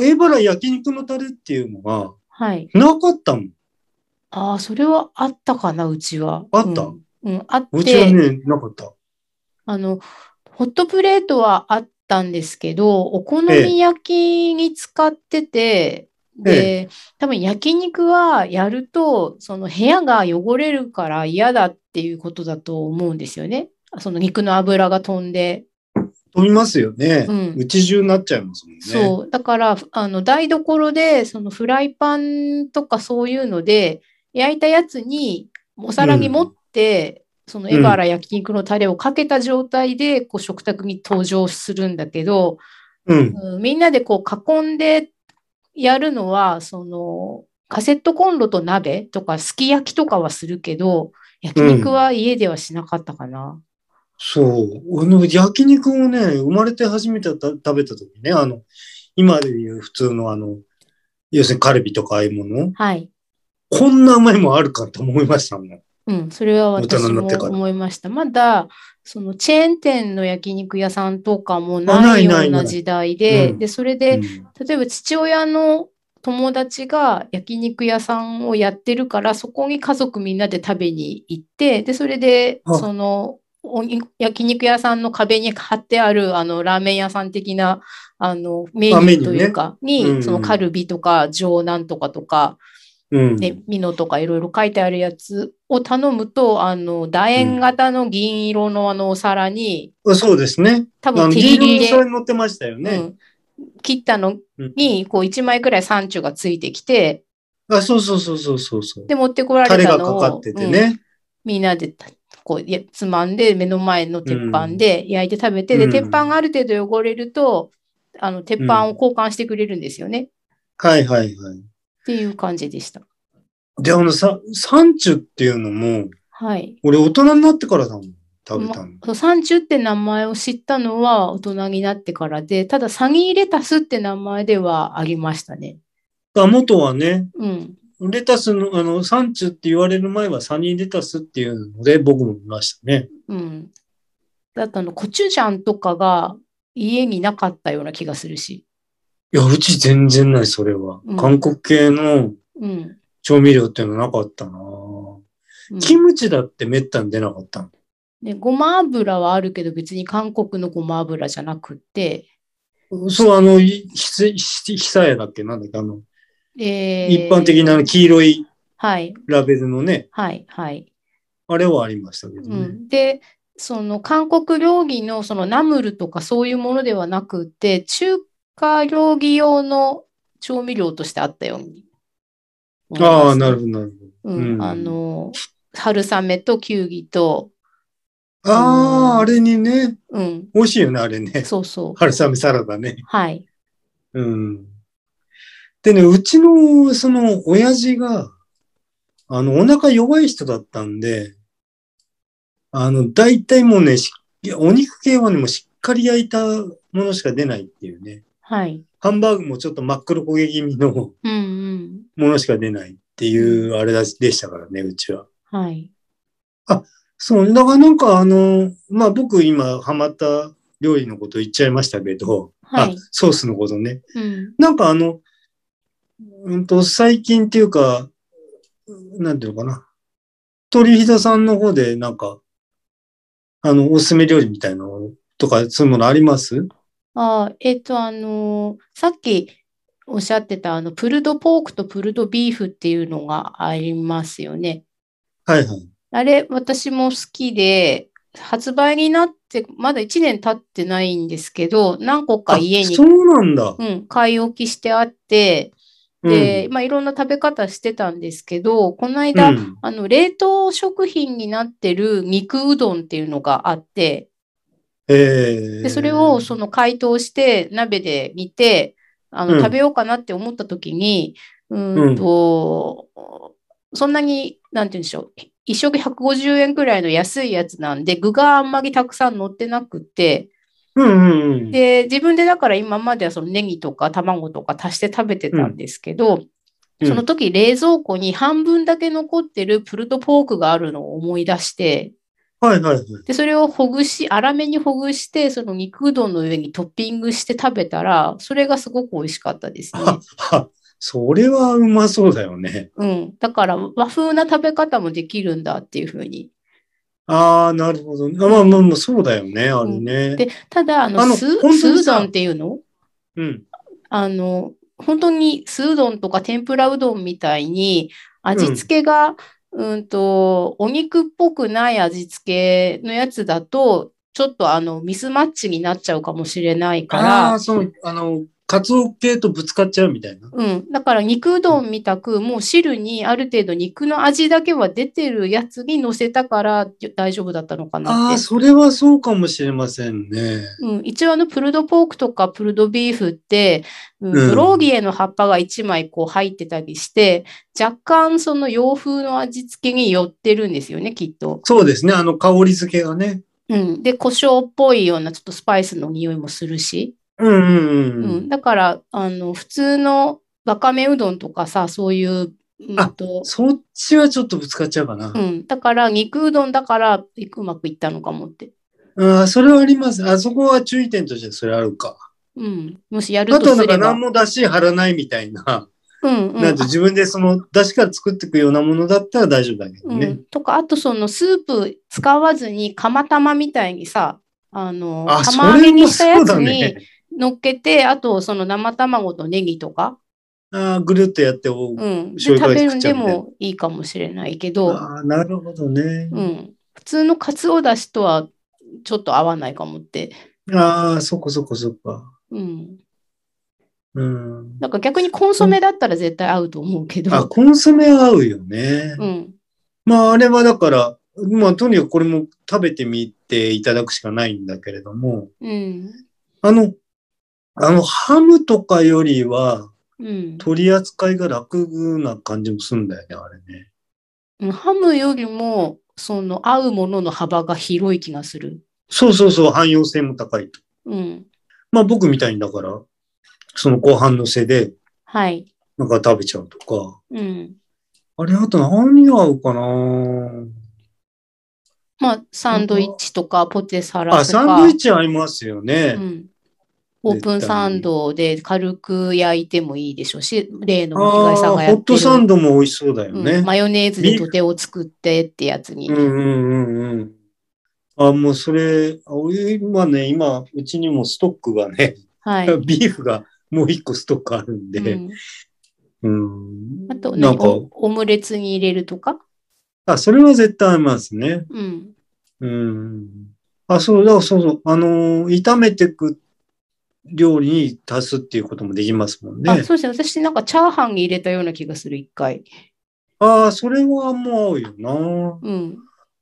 エバラ焼肉のタレっていうのが、
はい。
なかったもん。
ああ、それはあったかな、うちは。
あった
うん、うんあっ
うちは
て、
ね、なかった。
あの、ホットプレートはあったんですけど、お好
え
み焼きに使ってて、で、多分焼肉はやると、その部屋が汚れるから嫌だっていうことだと思うんですよね。その肉の油が飛んで。
飛びますよね。
うん
うち中になっちゃいますもんね。
そう。だから、あの、台所で、そのフライパンとかそういうので、焼いたやつに、お皿に持って、そのエバラ焼肉のタレをかけた状態で、こう、食卓に登場するんだけど、
うん。
うんみんなでこう、囲んでやるのは、その、カセットコンロと鍋とか、すき焼きとかはするけど、焼肉は家ではしなかったかな。
そう。あの、焼肉をね、生まれて初めてた食べた時ね、あの、今でいう普通のあの、要するにカルビとかああいうもの、
はい。
こんなうまいもんあるかと思いましたもん。
うん、それは私
大人にな
も
ってから
思いました。まだ、そのチェーン店の焼肉屋さんとかも
あな
ないいよ
ないうない
な時代で、
うん
で、それ
う
で、
ん
例えば父親の友達が焼肉屋さんをやってるから、そこに家族みんなで食べに行って、で、それで、
あ
その、お焼肉屋さんの壁に貼ってある、あの、ラーメン屋さん的な、あの、メニュ
あメニュー
ー
ね
というか、
うんう
に、
ん
そのカルビとか、上なんとかとか、
うん。
ね、ミノとかいろいろ書いてあるやつを頼むと、あの、楕円型の銀色のあのお皿に、
そうですね。
多
あの、
分手
銀
切
色
り
に
で、
それ乗ってましたよね。
うん切ったの
うん
に、こう1枚くらい産中がついてきて、
あ、そうそうそうそうそうそう。
で、持ってこら
タ
れ
レ
た
が
の
か
を、
かってて
うん
ね。
みんなでこういやつまんで、目の前の鉄板で焼いて食べて、
うん
で、鉄板がある程度汚れると、あの、鉄板を交換してくれるんですよね。っ
はいはいはい。
ていう感じでした。
で、あのさ、サンチュっていうのも、
はい。
俺大人になってからだもん。食べたの。
そうサンチュって名前を知ったのは大人になってからで、ただサニーレタスって名前ではありましたね。
あ、元はね、
うん。
レタスの、あの、サンチュって言われる前はサニーレタスっていうので、僕も見ましたね。
うん。だったの、コチュジャンとかが家になかったような気がするし。
いや、うち全然ない、それは。
うん
韓国系の
うん。
調味料っていうのなかったな、
うん
キムチだってめったに出なかったの。
ね、ごま油はあるけど別に韓国のごま油じゃなくって、
そう、あの、いひつ、ひつ、ひさやだっけなんだっけあの、
えー
一般的なあの黄色い
はい、
ラベルのね、
はい、はい。
あれはありましたけど
う
ね。
ん、で、その韓国料理のそのナムルとかそういうものではなくて、中華料理用の調味料としてあったように思いますね。
ああ、なるほど、なるほど。
うん、あの、春雨ときゅうぎと、
ああ、あれにね、
うん、
美味しいよね、あれね。
そうそう。
春雨サラダね。
はい。
うん。でね、うちの、その、親父が、あの、お腹弱い人だったんで、あの、大体もうね、しお肉系はね、もうしっかり焼いたものしか出ないっていうね。
はい。
ハンバーグもちょっと真っ黒焦げ気味のも
うんうん。
のしか出ないっていう、あれだでしたからね、うちは。
はい。
そう、だからなんかあの、まあ僕今ハマった料理のこと言っちゃいましたけど、
はい
あ。、ソースのことね。
うん。
なんかあの、うんと、最近っていうか、なんていうのかな。鳥ひださんの方で、なんか、あの、おすすめ料理みたいなのとか、そういうものあります
ああ、えっと、あのーさっきおっしゃってた、あの、プルドポークとプルドビーフっていうのがありますよね。
はいはい。
あれ、私も好きで、発売になって、まだ1年経ってないんですけど、何個か家に
あそ、うなんだ。
うん、買い置きしてあって、で、まあ、いろんな食べ方してたんですけど、こ
う
の
ん、う
間、
ん。
あの、冷凍食品になってる肉うどんっていうのがあって、
え
で、それをそ
の、
の解凍して鍋で煮て、あの、
うん
食べようかなって思った時に、うーんと、そんなに、なんて言うんでしょう。一食150円くらいの安いやつなんで、具があんまりたくさん乗ってなくて、
うんうんうん。
で、自分でだから今まではそのネギとか卵とか足して食べてたんですけど、
うん
その時冷蔵庫に半分だけ残ってるプルトポークがあるのを思い出して、
はいはいはい。
で、それをほぐし、粗めにほぐして、その肉うどんの上にトッピングして食べたら、それがすごく美味しかったですね。
ああそれはうまそうだよね。
うん。だから和風な食べ方もできるんだっていうふうに。
ああ、なるほどね。あまあまあまあ、そうだよね、あれね。
で、ただ、あの、
あの
ス
本当にさ
ースーうどんっていうの
うん。
あの、本当に酢うどんとか天ぷらうどんみたいに味付けが、うん、と、お肉っぽくない味付けのやつだと、ちょっとあの、ミスマッチになっちゃうかもしれないか
ああ
ら
ー、、そう、あの、カツオ系とぶつかっちゃうみたいな。
うん。だから肉うどんみたく、もう汁にある程度肉の味だけは出てるやつに乗せたから大丈夫だったのかなっ
あ
て
あ、。それはそうかもしれませんね。
うん、一応あのプルドポークとかプルドビーフって、うん
うん
ブローギエの葉っぱが1枚こう入ってたりして、若干その洋風の味付けに寄ってるんですよね、きっと。
そうですね、あの、香り付けがね。
うん、で、胡椒っぽいようなちょっとスパイスの匂いもするし。
うんうん
う
うん
ん、だから、あの、普通のわかめうどんとかさ、そういう、うんと、
そっちはちょっとぶつかっちゃうかな
う。ん、だから肉うどんだからうまくいったのかもって。
ああ、それはあります。あそこは注意点としてそれあるか。
うん、もしやる
あと
と
はな
す
んか
れば
何。も出汁張らないみたいな。
うん、うん。
なんて自分でその出汁から作っていくようなものだったら大丈夫だけど
う
ね。
ん、とか、あとそのスープ使わずに釜玉みたいにさ、あの、
あ、そ
釜揚げ
れ
に
も
したや
そう
つ
だ
に
ね。
乗っけて、あとその生卵とネギとか、
ああ、ぐるっとやってお
うん、で
醤
食
油
べ
が
る
作
ん
っちゃ
で
うみたいな
もいいかもしれないけど、
ああ、なるほどね。
うん、普通のカツオだしとはちょっと合わないかもって。
ああ、そこそこそっか。
うん、
うん。
なんか逆にコンソメだったら絶対合うと思うけ
あ、
ど、
コンソメ合うよね。
うん、
まあ、あれはだから、まあ、とにかくこれも食べてみていただくしかないんだけれども、
うん、
あの、あの、ハムとかよりは
うん。
取り扱いが楽な感じもするんだよね、あれね。
うんハムよりも、その合うものの幅が広い気がする。
そうそうそう、汎用性も高いと。
うん、
まあ、僕みたいにだから、そのご飯のせで、
はい。
なんか食べちゃうとか。
うん。
あれ、あと何が合うかな
まあ、サンドイッチとかポテサラとか、
あ、サンドイッチ合いますよね。
うん、オープンサンドで軽く焼いてもいいでしょうし、例の
あ
巻貝さんが
あ
や
ホッ
って
ト
る、
サンドも美味しそうだよ
う
ね
ん。マヨネーズで土手を作ってってやつに。
うんうんうんうん。あ、もうそれ、あ俺今ね、今、うちにもストックがね、
はい。
ビーフがもう一個ストックあるん
う
で、
ん
うん。
あと、
なんか、
おオムレツに入れるとか。
あ、それは絶対ありますね。
うん。
うん。あ、そう、だからそうそう、あのー炒めてく料理に足すっていうこともできますもんね
あ、。そうですね。私なんかチャーハンに入れたような気がする、一回。
ああ、それはもう合うよな。
うん。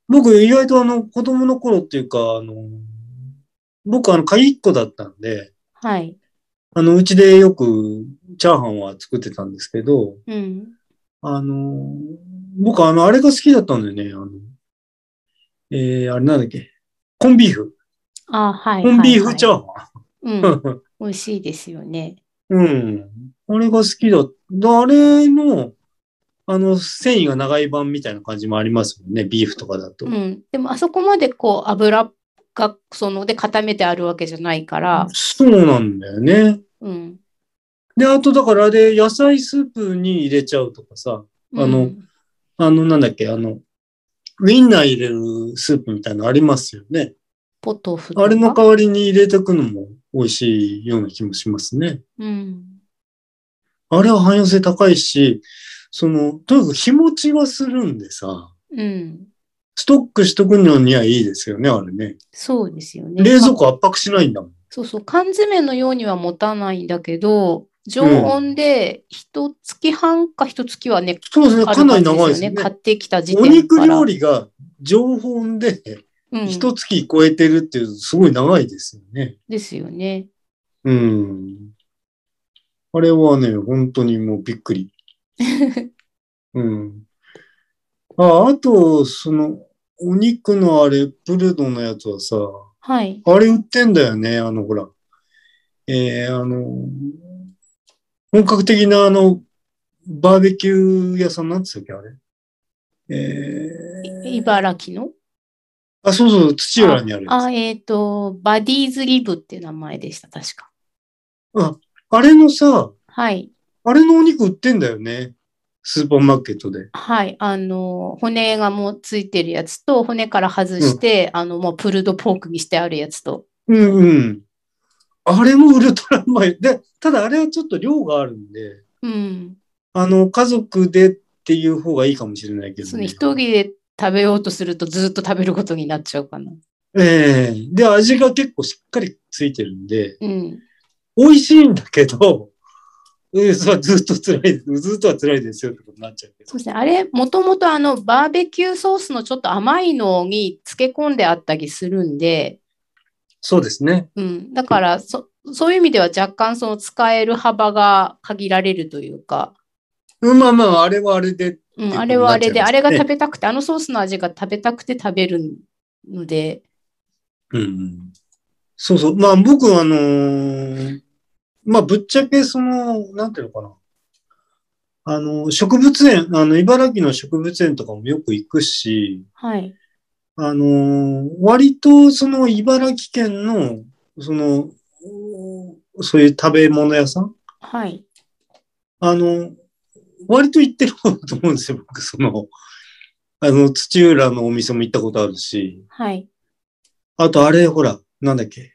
僕、意外とあの、子供の頃っていうか、あのー僕、あの、鍵っ子だったんで、
はい。
あの、うちでよくチャーハンは作ってたんですけど、
うん。
あの、僕あの、あれが好きだったんだよね。あの、えー、あれなんだっけ。コンビーフ。
あ、はい。
コンビーフチャ
ー
ーハ
うん。
ン。
美味しいですよね。
うん。あれが好きだった。あれの、あの、繊維が長い版みたいな感じもありますもんね。ビーフとかだと
う。ん、でもあそこまでこう油がそので固めてあるわけじゃないから、
そうなんだよね。
うん。
で、あとだからあれ、野菜スープに入れちゃうとかさ、あの
うん
あの、なんだっけ、あの、ウィンナー入れるスープみたいなのありますよね。
ポトフとか。
あれの代わりに入れてくのも美味しいような気もしますね。
うん。
あれは汎用性高いし、その、とにかく日持ちがするんでさ、
うん。
ストックしとくのにはいいですよね、あれね。
そうですよね。
冷蔵
まあ
庫圧迫しないんだもん。
そうそう。缶詰のようには持たないんだけど、常温で一月半か一月はね、
そうですね、
あ
か
る
なり
感じ
長いで
ですす
ね
よね。。買ってきた時
お
点
肉
から。
料理が常温で
うん
一月超えてるっていう、すごい長いですよね。
ですよね。
うん。あれはね、本当にもうびっくり。 うん。あ、あと、その、お肉のあれ、プルドンのやつはさ、
はい。
あれ売ってんだよね、あの、ほら。えー、あの、本格的なあの、バーベキュー屋さんなんつったっけ、あれ。えー、
い茨城の
あ、そうそう、土浦にあるやつ
あ、えっ、と、バディーズリブっていう名前でした、確か。
あれのさ、
はい。
あれのお肉売ってんだよね。スーパーマーケットで。
はい。あの、骨がもうついてるやつと、骨から外して、あの、もうプルドポークにしてあるやつと。
うんうん。あれもウルトラうまい。で、ただあれはちょっと量があるんで、
うん。
あの、家族でっていう方がいいかもしれないけど、
その一人で食べようとするとずっと食べることになっちゃうかな。
ええで、味が結構しっかりついてるんで、
うん。
美味しいんだけど、 うん、それはずっと辛い、ずっとは辛いですよってことになっちゃうけど
そう。ですね。あれ、もともとあの、バーベキューソースのちょっと甘いのに漬け込んであったりするんで、
そうですね。
うん。だから、そ、そういう意味では若干その使える幅が限られるというか、
うん、まあまあ、あれはあれで。
うん、あれはあれで、
なっち
あ
ゃ
れ
いますね
が食べたくて、あのソースの味が食べたくて食べるので、
うんうん。そうそう。まあ僕、あのーまあぶっちゃけその、なんていうのかな。あの、植物園、あの、茨城の植物園とかもよく行くし、
はい。
あのー割とその茨城県の、その、そういう食べ物屋さん
はい。
あの、割と行ってる方だと思うんですよ、僕、その、あの、土浦のお店も行ったことあるし、
はい。
あとあれ、ほら、なんだっけ、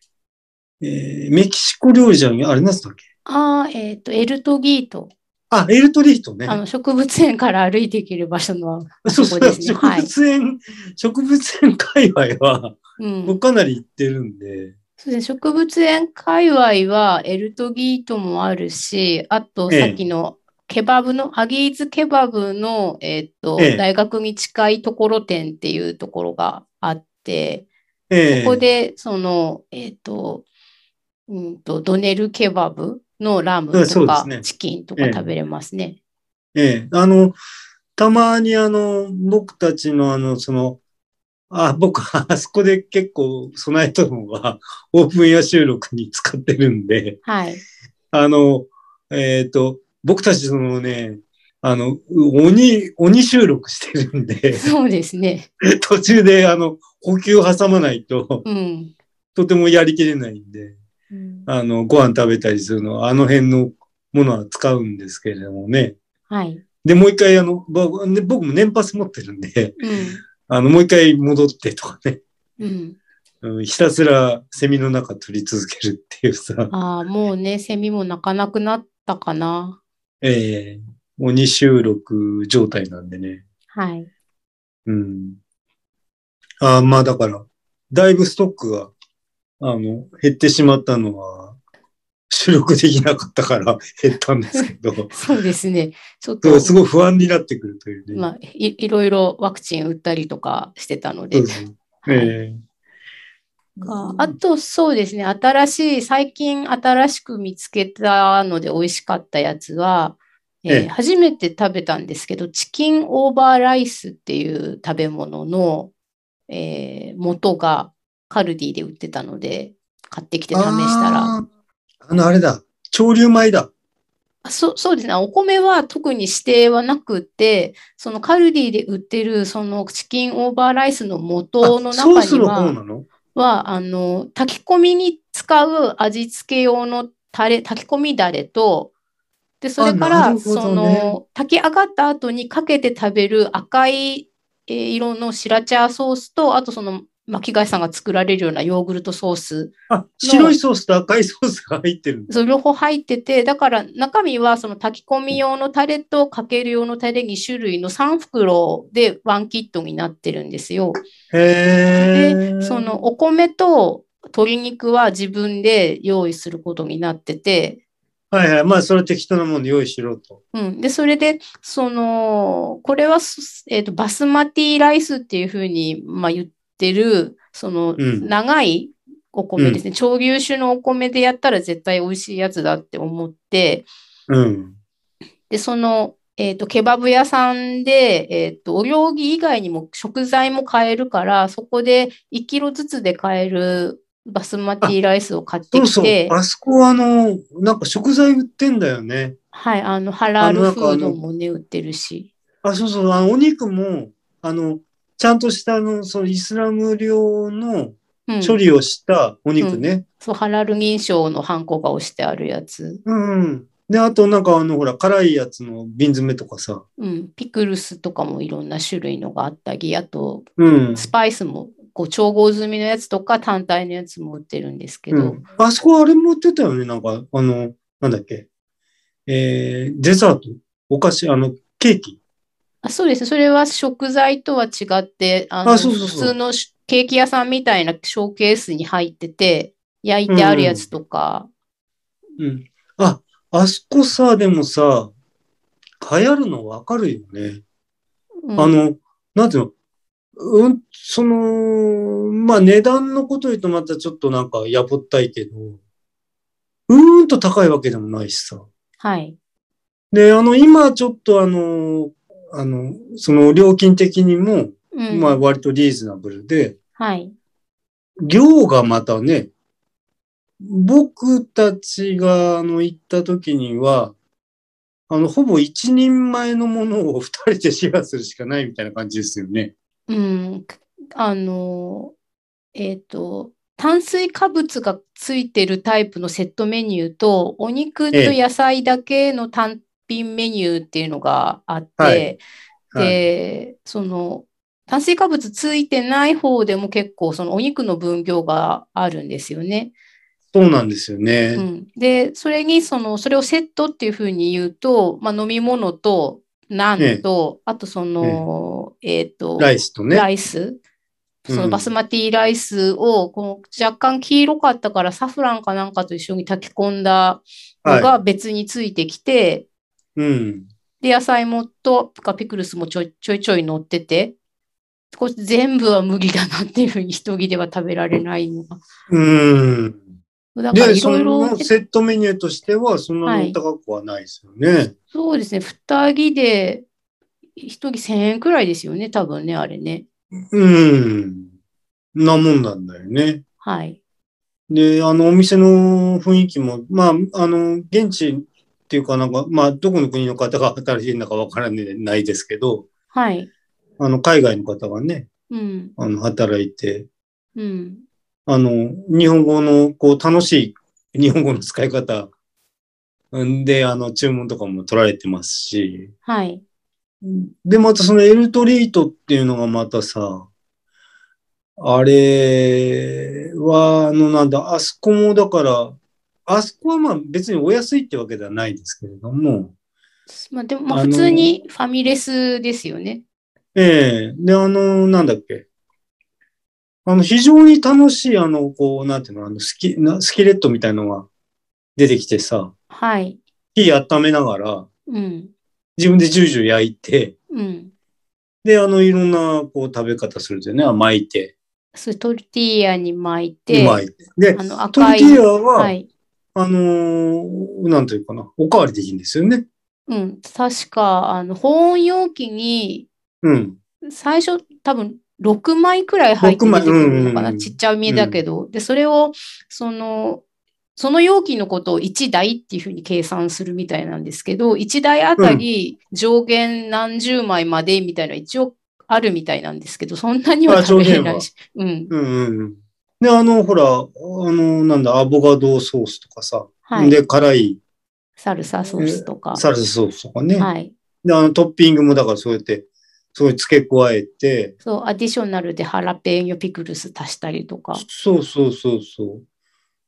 えー、メキシコ料理じゃん、あれなんつったっけ
ああ、えっ、と、エルトギート。
あ、エルトリヒトね
あ。の、植物園から歩いていける場所の、
そう
そ
そう
こで
う、
すね
植
はい
物園、植物園界隈は、
うん。
僕かなり行ってるんで、
そうですね、植物園界隈はエルトギートもあるし、あと
ええ
さっきのケバブの、ハギーズケバブの、えーっと、
ええ
大学に近いところ店っていうところがあって、
ええ
ここで、その、えーっと、うんと、ドネルケバブのラム
うんそ
と
うで
か
すね
チキンと
え
か
え
食べれますね。
ええ、あの、たまにあの、僕たちのあの、その、あ、僕、あそこで結構備えたのが、オープンエア収録に使ってるんで、
はい。
あの、えっと、僕たちそのね、あの、鬼、鬼収録してるんで、
そうですね。
途中であの、補給を挟まないと、
うん。
とてもやりきれないんで、
うん
あの、ご飯食べたりするのは、あの辺のものは使うんですけれどもね。
はい。
で、もう一回あの、ばね僕も年パス持ってるんで、 あの、もう一回戻ってとかね、
うん。うん。
うんひたすらセミの中取り続けるっていうさ、
ああ、もうね、セミも鳴かなくなったかな。
ええ鬼収録状態なんでね。
はい。、
うん。あーまあだから、だいぶストックが、あの、減ってしまったのは、収録できなかったから減ったんですけど
そうです ね。ちょ
そ
っと
う、すごい不安になってくるというね。
まあい、いろいろワクチン打ったりとかしてたの
そ
で
う。ですね。ええ
かあと、そうですね。新しい、最近新しく見つけたので美味しかったやつは、えー
ええ
初めて食べたんですけど、チキンオーバーライスっていう食べ物の、えー元がカルディで売ってたので、買ってきて試したら、
あー。あの、あれだ。潮流米だ。
そう、そうですね。お米は特に指定はなくて、そのカルディで売ってるそのチキンオーバーライスの素の
あソー
中
ス
に
の方
は、
なの
は、あの、炊き込みに使う味付け用のタレ、炊き込みだれと、で、それか
あな
ら、
るほどね
その、炊き上がった後にかけて食べる赤いえー色のシラチャーソースと、あとその巻貝さんが作られるようなヨーグルトソース。
あ、白いソースと赤いソースが入ってるんだ。
そう両方入ってて、だから中身はその炊き込み用のタレとかける用のタレ2種類の3袋でワンキットになってるんですよ。
へー
で、その、お米と鶏肉は自分で用意することになってて、
はいはい。まあ、それは適当なもんで用意しろと。
うん。で、それで、その、これはす、えっと、バスマティライスっていうふうに、まあ、言ってる、その、
ん
長いお米ですね。潮流種のお米でやったら絶対美味しいやつだって思って、
うん。
で、その、えっと、ケバブ屋さんで、えっと、お料理以外にも食材も買えるから、そこで1キロずつで買えるバスマティライスを買って
そう
き
そう
て、。
あそこは、あの、なんか食材売ってんだよね。
はい、あの、ハラ
あのな
ル
んか
フ
あ
ー
の
ドもね、売ってるし。
あ、そうそう、あのお肉も、あの、ちゃんとした、あの、そのイスラム料の
うん、
処理をしたお肉ね。
そう、ハラル認証のハンコが押してあるやつ。
うん、うん。で、あと、なんか、あの、ほら、辛いやつの瓶詰めとかさ。
うん、ピクルスとかもいろんな種類のがあったり、あと、
うん。
スパイスも、こう、調合済みのやつとか、単体のやつも売ってるんですけ
う
ど、
ん、あそこあれも売ってたよね。なんか、あの、なんだっけ。えー、デザートお菓子あの、ケーキ
あ、そうですね。それは食材とは違って、あの、
そうそうそう
普通のしケーキ屋さんみたいなショーケースに入ってて、焼いてあるやつとか、
うん。あ、あそこさ、でもさ、流行るのわかるよね。
うん
あの、なんていうのうん、その、まあ、値段のこと言うとまたちょっとなんかやぼったいけど、うーんと高いわけでもないしさ。
はい。
で、あの、今ちょっとあの、あの、その料金的にも、
うん。
まあ、割とリーズナブルで、
はい。
量がまたね、僕たちがあの行った時には、あの、ほぼ一人前のものを二人でシェアするしかないみたいな感じですよね。
うん。あの、えっと、炭水化物がついてるタイプのセットメニューと、お肉と
ええ
野菜だけの単品メニューっていうのがあって、
はいはい、
で、その、炭水化物ついてない方でも結構そのお肉の分量があるんですよね。
そうなんですよ
う
ね。
ん、で、それにその、それをセットっていうふうに言うと、まあ、飲み物と、ナンと、あとその、えっと、
ライスとね。
ライス、
うん
そのバスマティライスをこの若干黄色かったからサフランかなんかと一緒に炊き込んだの
は
が別についてきて、
い。うん。
で、野菜もとかピクルスもちょいちょいちょい乗ってて、こう全部は無理だなっていうふうに一人では食べられないのが。
うん。
だから
で、
い
そ
ろいろ、
のセットメニューとしては、そんなに高くはないですよね。
そうですね、二人で一人1000円くらいですよね、多分ね、あれね。
うん。なもんなんだよね。
はい。
で、あの、お店の雰囲気も、まあ、あの、現地っていうかなんか、まあ、どこの国の方が働いてるのかわからないですけど、
はい。
あの、海外の方がね、
うん。
あの、働いて、
うん。
あの、日本語の、こう、楽しい日本語の使い方んで、あの、注文とかも取られてますし、
はい。
で、またそのエルトリートっていうのがまたさ、あれは、あの、なんだ、あそこもだから、あそこはまあ別にお安いってわけではないですけれども、
まあ、でも、まあ、
あ
普
の
通にファミレスですよね。
ええで、あの、なんだっけ、あの、非常に楽しい、あの、こう、なんていうの、あのスキなスキレットみたいのが出てきてさ、
はい。
火温めながら、
うん。
自分でジュージュー焼いて、
うん。
で、あの、いろんな、こう、食べ方するんですよね。巻いて、
それトルティーヤに巻いて、
巻いて。で、
あの
トル
赤
テ
い、
ィーヤは、
はい。
あのーなんというかな、おかわりできるんですよね。
うん、確か、あの、保温容器に、
うん。
最初多分6枚くらい入っ
6
て出
枚
てくるのか
うんうんう
な、
ん
ちっちゃめだけど。で、それを、その、その容器のことを1台っていうふうに計算するみたいなんですけど、1台あたり上限何十枚までみたいな、一応あるみたいなんですけど、そんなには
あ
食べれ
上限
な
はい
し。うん、
うんうんうん。で、あの、ほら、あの、なんだ、アボカドソースとかさ、
はい。
で、辛い
サルサソースとか。
サルサソースとかね。
はい。
で、あの、トッピングもだからそうやって、そういう付け加えて、
そう、アディショナルでハラペーニョピクルス足したりとか。
そうそうそうそ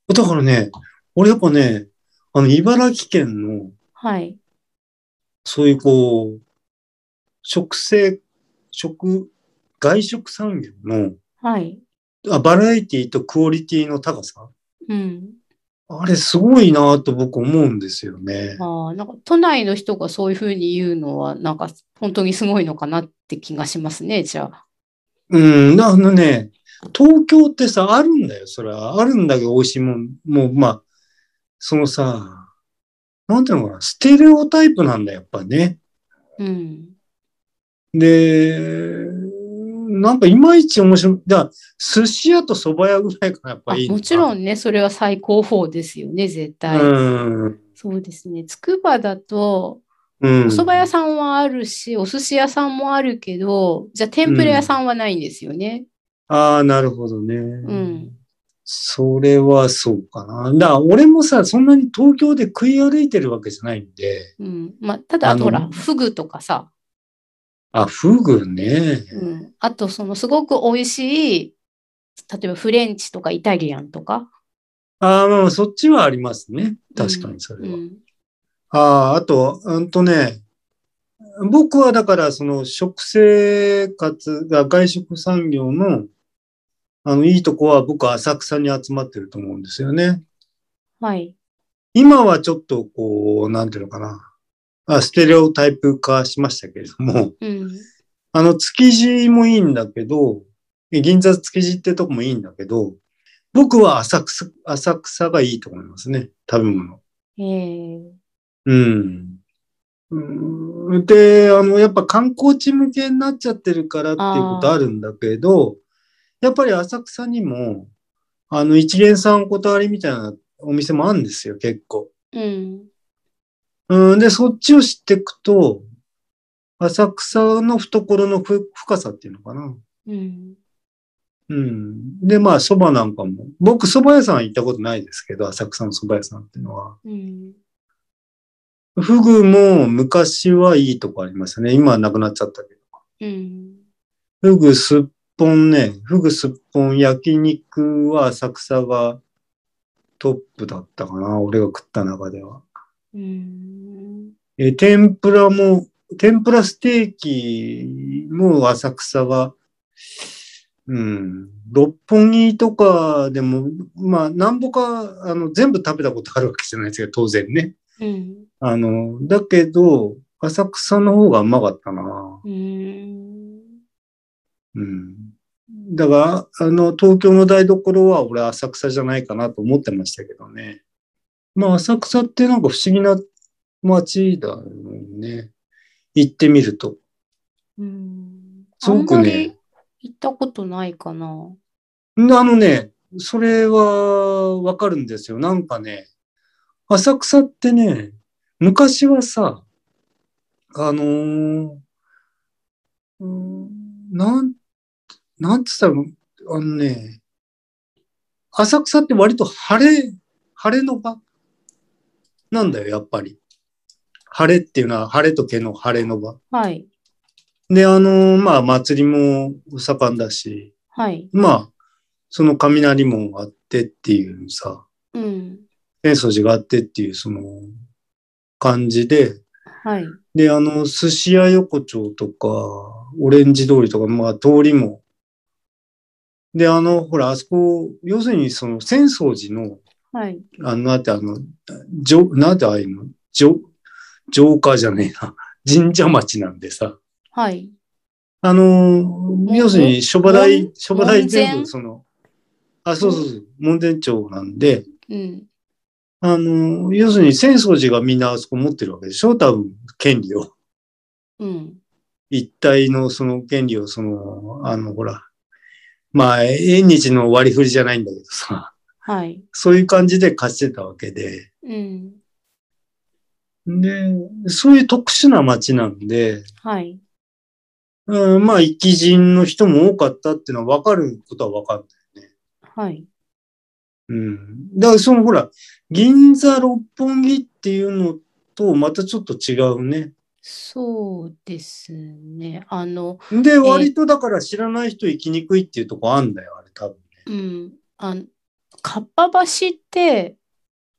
う。だからね、俺やっぱね、あの、茨城県の、
はい。
そういうこう、食性、食、外食産業の、
はい。
あバラエティとクオリティの高さ。
うん。
あれすごいなと僕思うんですよね。
ああ、なんか都内の人がそういうふうに言うのは、なんか本当にすごいのかなって気がしますね、じゃあ。
うん、あのね、東京ってさ、あるんだよ、それは。あるんだけど美味しいもん。もう、まあ、そのさ、なんていうのかな、ステレオタイプなんだよ、やっぱね。
うん。
で、なんかいまいち面白い。だから寿司屋と蕎麦屋ぐらいかな、やっぱいい
あ
のか
もちろんね、それは最高峰ですよね、絶対。
うん。
そうですね。つくばだと、
うん。
お蕎麦屋さんはあるし、お寿司屋さんもあるけど、じゃあ天ぷら屋さんはないんですよね。。
ああ、なるほどね。うんそれはそうかな。だから俺もさ、そんなに東京で食い歩いてるわけじゃないんで。
うん。まあ、ただ、
あ
あ
の
とほら、フグとかさ、
あ、フグね。
うん。あと、そのすごく美味しい、例えばフレンチとかイタリアンとか。
ああ、まあ、そっちはありますね。確かにそれ
う
は。
ん。
ああ、あと、うんとね、僕はだから、その食生活が外食産業の、あの、いいとこは僕は浅草に集まってると思うんですよね。
はい。
今はちょっとこう、なんていうのかな。あステレオタイプ化しましたけれども、
うん。
あの、築地もいいんだけど、え銀座築地ってとこもいいんだけど、僕は浅草、浅草がいいと思いますね。食べ物。
ええ
うん。うんで、あの、やっぱ観光地向けになっちゃってるからっていうことあるんだけど、やっぱり浅草にも、あの、一元さんお断りみたいなお店もあるんですよ、結構。
うん。
うん、で、そっちを知っていくと、浅草の懐のふ深さっていうのかな。
うん。
うん。で、まあ、蕎麦なんかも。僕、蕎麦屋さん行ったことないですけど、浅草の蕎麦屋さんっていうのは。
うん。
フグも昔はいいとこありましたね。今はなくなっちゃったけど。
うん。
フグすっぽんね。フグすっぽん焼肉は浅草がトップだったかな。俺が食った中では。
うん。
えー天ぷらも、天ぷらステーキも浅草が、うん、六本木とかでも、まあ、なんぼか、あの、全部食べたことあるわけじゃないですけど、当然ね。
うん。
あの、だけど、浅草の方がうまかったな。
うん。
うん。だから、あの、東京の台所は俺浅草じゃないかなと思ってましたけどね。まあ、浅草ってなんか不思議な街だよね。行ってみると。
うん。
すごくね
あんまり行ったことないかな。
んあのね、それはわかるんですよ。なんかね、浅草ってね、昔はさ、あのーうーんなん、なんつったら、あのね、浅草って割と晴れ、晴れの場なんだよ、やっぱり。晴れっていうのは晴れとけの晴れの場。
はい。
で、あのーまあ、祭りも盛んだし、
はい。
まあ、その雷門あってっていうさ、
うん。
浅草寺があってっていうその感じで、
はい。
で、あの、寿司屋横丁とか、オレンジ通りとか、まあ通りも。で、あの、ほら、あそこ、要するにその浅草寺の、
はい。
あの、なんてあの、上、なんてああいうの、上、上下じゃねえな、神社町なんでさ、
はい。
あの、要するに、諸場大
門、
諸場大全
門
部、
前
その、あ、そうそうそう、門前町なんで、
うん。
あの、要するに浅草寺がみんなあそこ持ってるわけでしょ多分、権利を。
うん。
一体のその権利を、その、あの、ほら、まあ、縁日の割り振りじゃないんだけどさ、
はい。
そういう感じで貸してたわけで、
うん。
で、そういう特殊な街なんで、
はい。
うん、まあ、生き人の人も多かったっていうのは分かることは分かる。
はい。
うん。だからそのほら、銀座六本木っていうのとまたちょっと違うね。
そうですね。あの、
で、割とだから知らない人行きにくいっていうとこあんだよ、あれ多分ね。
うん。あの、かっぱ橋って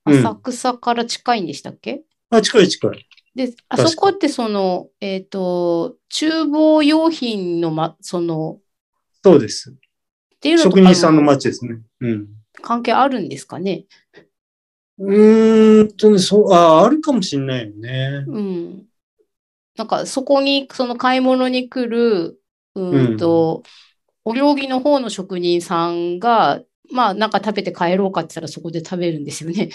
うん
浅草から近いんでしたっけ、
あ、近い近い。
で、あ
確か
そこってその、えっ、と、厨房用品の、ま、その、
そうです。
っていうのと
職人さんの
あ
街ですね。うん。
関係あるんですかね。
うーんとね、そう、あ、あるかもしんないよね。
うん。なんかそこに、その買い物に来る、うーんと、お料理の方の職人さんが、まあなんか食べて帰ろうかって言ったらそこで食べるんで すよね。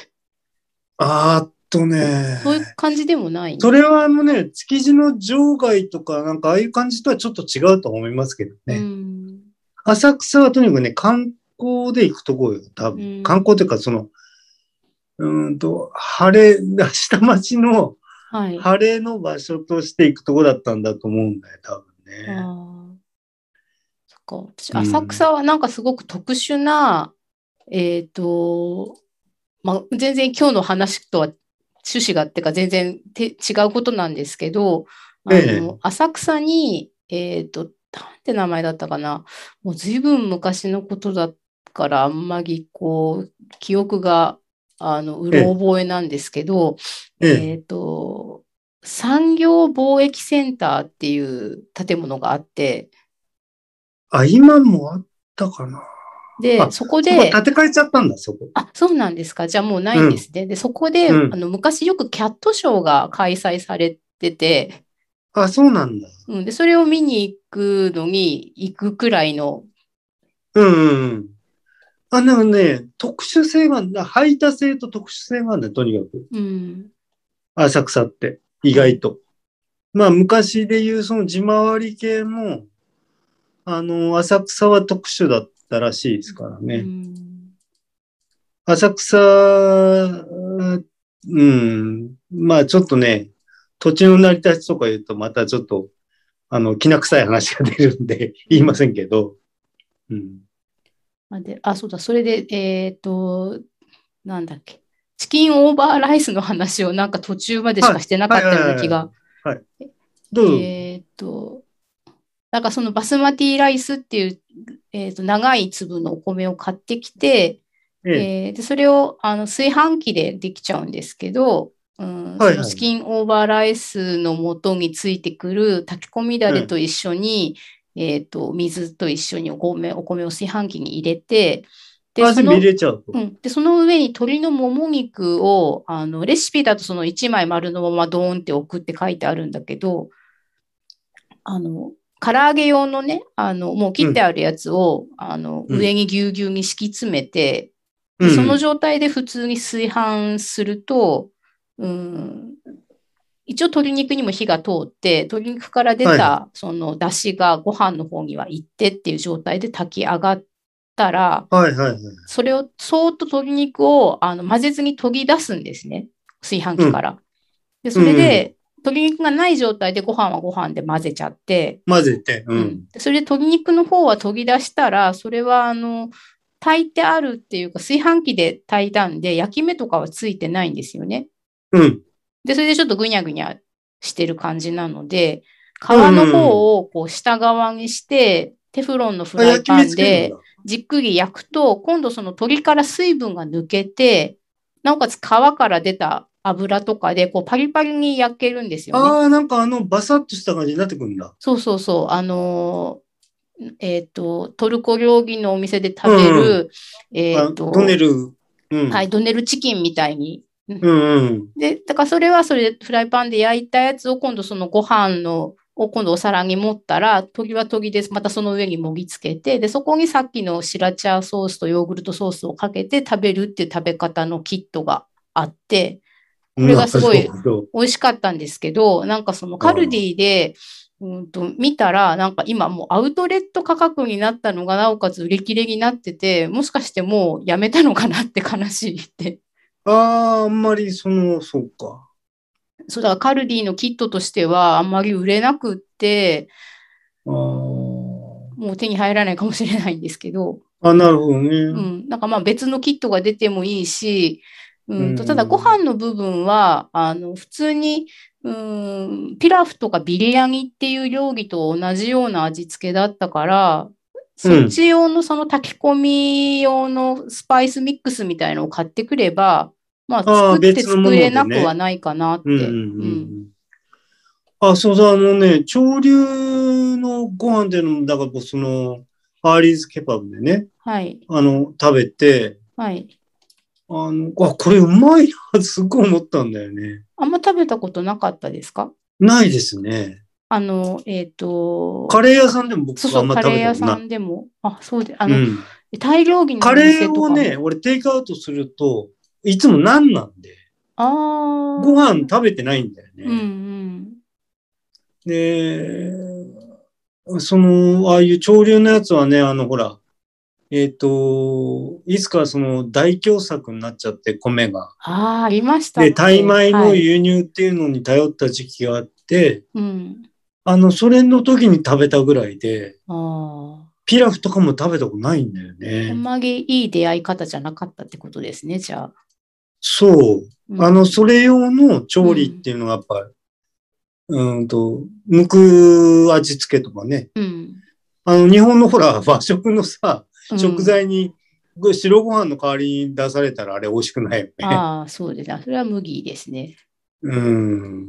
あーっとね。
そういう感じでもない。
それはあのね、築地の場外とかなんかああいう感じとはちょっと違うと思いますけどね。
うん。
浅草はとにかくね、観光で行くとこよ、多
う
分。
ん
観光というか、その、うーんと、晴れ、 下町の
はい。あ
晴れの場所として行くとこだったんだと思うんだよ、多
あ
分ね。
ー。そっか。私、
うん
浅草はなんかすごく特殊な、えっと、まあ、全然今日の話とは趣旨があってか全然て違うことなんですけど、あの、
ええ
浅草に、えっと、なんて名前だったかな。もう随分昔のことだから、あんまりこう、記憶が、あの、うろ覚えなんですけど、
ええ、
えっ、と、産業貿易センターっていう建物があって、
あ、今もあったかな。
で、
あ
そ
そ
こ
こ
で、
建て替えちゃったんだ、そこ。
あ、そうなんですか。じゃあもうないんですね。で、そこで、
うん
あの、昔よくキャットショーが開催されてて、
あ、そうなんだ。
うん、で、それを見に行くのに行くくらいの、
うんうんうん。あ、なんかね、特殊性があんだ、排他性と特殊性があるんだよ、とにかく。
うん、
浅草って、意外と。まあ、昔で言うその地回り系も、あの、浅草は特殊だったらしいですからね。
うん
浅草、うん、まあちょっとね、土地の成り立ちとか言うとまたちょっと、あの、きな臭い話が出るんで言いませんけど、うん。
あ、で、あ、そうだ、それで、えっと、なんだっけ、チキンオーバーライスの話をなんか途中までしかしてなかったような気が。
どうぞ、
えーっと、なんかそのバスマティライスっていう、えーっと、長い粒のお米を買ってきて、
ええ
えーでそれをあの炊飯器でできちゃうんですけど、う
はい
ん
はい
そのチキンオーバーライスの素についてくる炊き込みだれと一緒に、えーっと、水と一緒にお米、お米を炊飯器に入れて、で、
あ、
そ
全
の
部入れちゃうと。
うん、でその上に鶏のもも肉をあのレシピだとその1枚丸のままドーンって置くって書いてあるんだけどあの唐揚げ用のねあのもう切ってあるやつを、あの
うん
上にぎゅうぎゅうに敷き詰めて、
う
で
ん
その状態で普通に炊飯すると、うん、一応鶏肉にも火が通って鶏肉から出たその出汁がご飯の方には行ってっていう状態で炊き上がったら、
はいはいはい。
それをそーっと鶏肉をあの混ぜずに研ぎ出すんですね炊飯器から。でそれで、鶏肉がない状態でご飯はご飯で混ぜちゃって、
混ぜて、う。
うんでそれで鶏肉の方は研ぎ出したらそれはあの炊いてあるっていうか炊飯器で炊いたんで焼き目とかはついてないんですよね。
うん。
でそれでちょっとぐにゃぐにゃしてる感じなので皮の方をこう下側にして、テフロンのフ
あ、
ライ
焼き
パ
目
ン
つ
で
けるんだ。
じっくり焼くと、今度その鶏から水分が抜けて、なおかつ皮から出た油とかで、こうパリパリに焼けるんですよね。
ああ、なんかあの、バサッとした感じになってくるんだ。
そうそうそう。あのーえっ、と、トルコ料理のお店で食べ
うん
る、えっ、
あ
と、
トネル。うん。
はい、ドネルチキンみたいに。
うんうん。
で、だからそれはそれでフライパンで焼いたやつを今度そのご飯のを今度お皿に盛ったら、鶏は鶏です。またその上にもぎつけて、で、そこにさっきのシラチャーソースとヨーグルトソースをかけて食べるっていう食べ方のキットがあって、
こ
れがすごい
そう
美味しかったんですけど、なんかそのカルディで、うんと見たら、なんか今もうアウトレット価格になったのがなおかつ売り切れになってて、もしかしてもうやめたのかなって悲しいって。
ああ、あんまりその、そうか。
そうだからカルディのキットとしてはあんまり売れなくって、
ああ。
もう手に入らないかもしれないんですけど、
あ、なるほどね。
うん、なんかまあ別のキットが出てもいいし、うん、と
うん
ただご飯の部分は、あの、普通に、うん、ピラフとかビリヤニっていう料理と同じような味付けだったから、そっち用のその炊き込み用のスパイスミックスみたいのを買ってくれば、まあ
あー
作って
別のもの
作
でね
れなくはないかなって。
うんうんう
うん
んあ、そうそう、あのね、潮流のご飯っていうのも、だから、その、アーリーズケパブでね、
はい、
あの、食べて、
はい。
あの、あ、これうまいな、すっごい思ったんだよね。
あんま食べたことなかったですか
ないですね。
あの、えっ、と、
カレー屋さんでも僕
そう
は
そ
あん
う、
ま
カ
食
レー
べた
屋
こと
さ
ない。
んでも、あ、そうで、あ
う
の、
ん、
タイ料理の
カレーを
お店とかも
ね、俺テイクアウトすると、いつも何なんで、
ああ、
ご飯食べてないんだよね。
うんうん。
で、その、ああいう潮流のやつはね、あの、ほら、ええっ、と、いつかその大凶作になっちゃって、米が。
ああ、ありましたね。
で、タイ米の
はい
輸入っていうのに頼った時期があって、
うん。
あの、それの時に食べたぐらいで、
あ
ピラフとかも食べたことないんだよ
あ。あん
ね。
まりいい出会い方じゃなかったってことですね、じゃあ。
そう。
うん
あの、それ用の調理っていうのがやっぱ、うん、んと、むく味付けとかね。
うん。
あの、日本のほら、和食のさ、
うん
食材に、白ご飯の代わりに出されたらあれ美味しくないよね。
ああ、そうですね。それは麦ですね。
うん。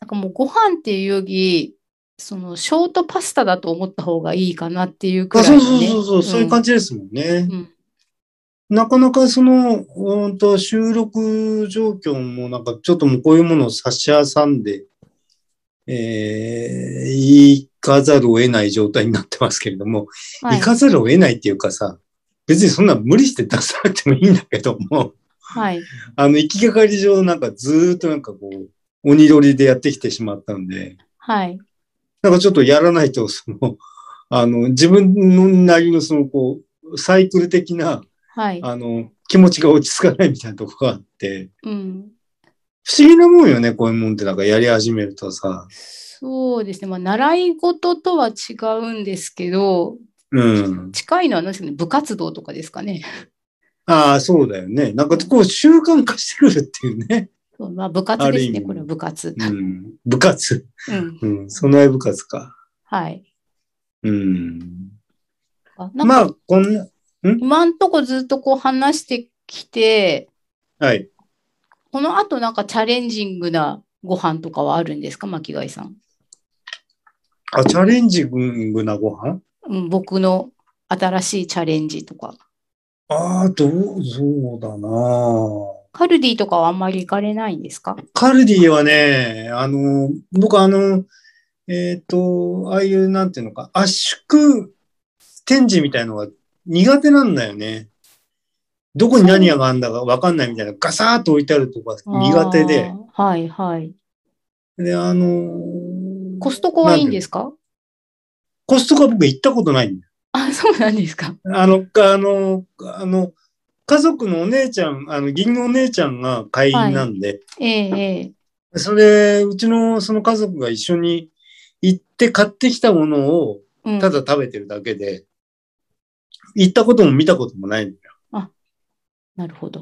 なんかもうご飯っていうより、そのショートパスタだと思った方がいいかなっていうく
あ
らい
そ
の
う
ね。
そうそうそう、そういう感じですもんね。
うん
なかなかその、うんと収録状況もなんかちょっともうこういうものを差し挟んで、えー、行かざるを得ない状態になってますけれども、
うんはい
行かざるを得ないっていうかさ、別にそんな無理して出さなくてもいいんだけども、
はい。
あの、行きがかり上なんかずーっとなんかこう、鬼取りでやってきてしまったんで、
はい。
なんかちょっとやらないと、その、 あの、自分のなりのその、こう、サイクル的な、
はい。
あの、気持ちが落ち着かないみたいなとこがあって、
うん。
不思議なもんよね、こういうもんってなんかやり始めるとさ。
そうですね。まあ、習い事とは違うんですけど、
うん。
近いのは何ですかね、部活動とかですかね。
ああ、そうだよね。なんかこう習慣化してくるっていうね。
そうまあ、部活
ある
です
意
ね。
味
これは部活。
うん。部活。
う
う
ん。
ん。備え部活か。
はい。
うん。
あなんか
まあ、こんな、
今んとこずっとこう話してきて、
はい。
この後なんかチャレンジングなご飯とかはあるんですか、巻貝さん。
あ、チャレンジングなご飯
うん、僕の新しいチャレンジとか。
ああ、どう、そうだなあ
カルディとかはあんまり行かれないんですか
カルディはね、あの、僕あの、えっ、と、ああいう、なんていうのか、圧縮展示みたいのが苦手なんだよね。どこに何があるんだかわかんないみたいな、ガサーッと置いてあるとか苦手で。。
あーはいはい。
で、あの、
コストコはいいんですか
コストコは僕行ったことないんだよ
あ、そうなんですか。
あの、あの、あの、家族のお姉ちゃん、あの、義理のお姉ちゃんが会員なんで、
ええええ
それ、うちのその家族が一緒に行って買ってきたものを、
うん
ただ食べてるだけで、行ったことも見たこともないんだよ。
なるほど。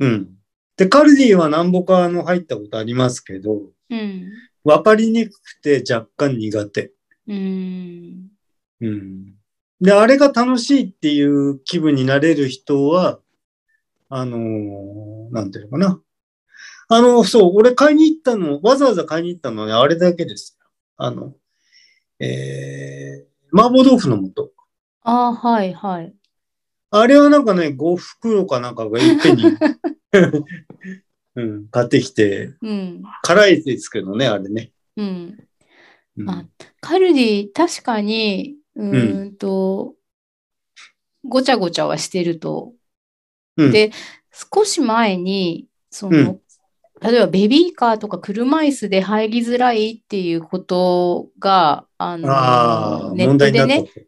うん。で、カルディは何ぼかあの入ったことありますけど、
うん。
わかりにくくて若干苦手。
うーん。
うん。で、あれが楽しいっていう気分になれる人は、あのーなんていうのかな。あの、そう、俺買いに行ったの、わざわざ買いに行ったのはね、あれだけですよ。あの、えー、麻婆豆腐の素。
あーはいはい。
あれはなんかね、5袋かなんかがいっぺ んに、うん、買ってきて、
うん。
辛いですけどね、あれね。
うん。
うん
あカルディ、確かに、うーんと、ごちゃごちゃはしてると。
うん
で、少し前に、その、
うん
例えばベビーカーとか車椅子で入りづらいっていうことが、あの、
ああ、
ネ
問
ット
題にな
で
っ
ね
た、と。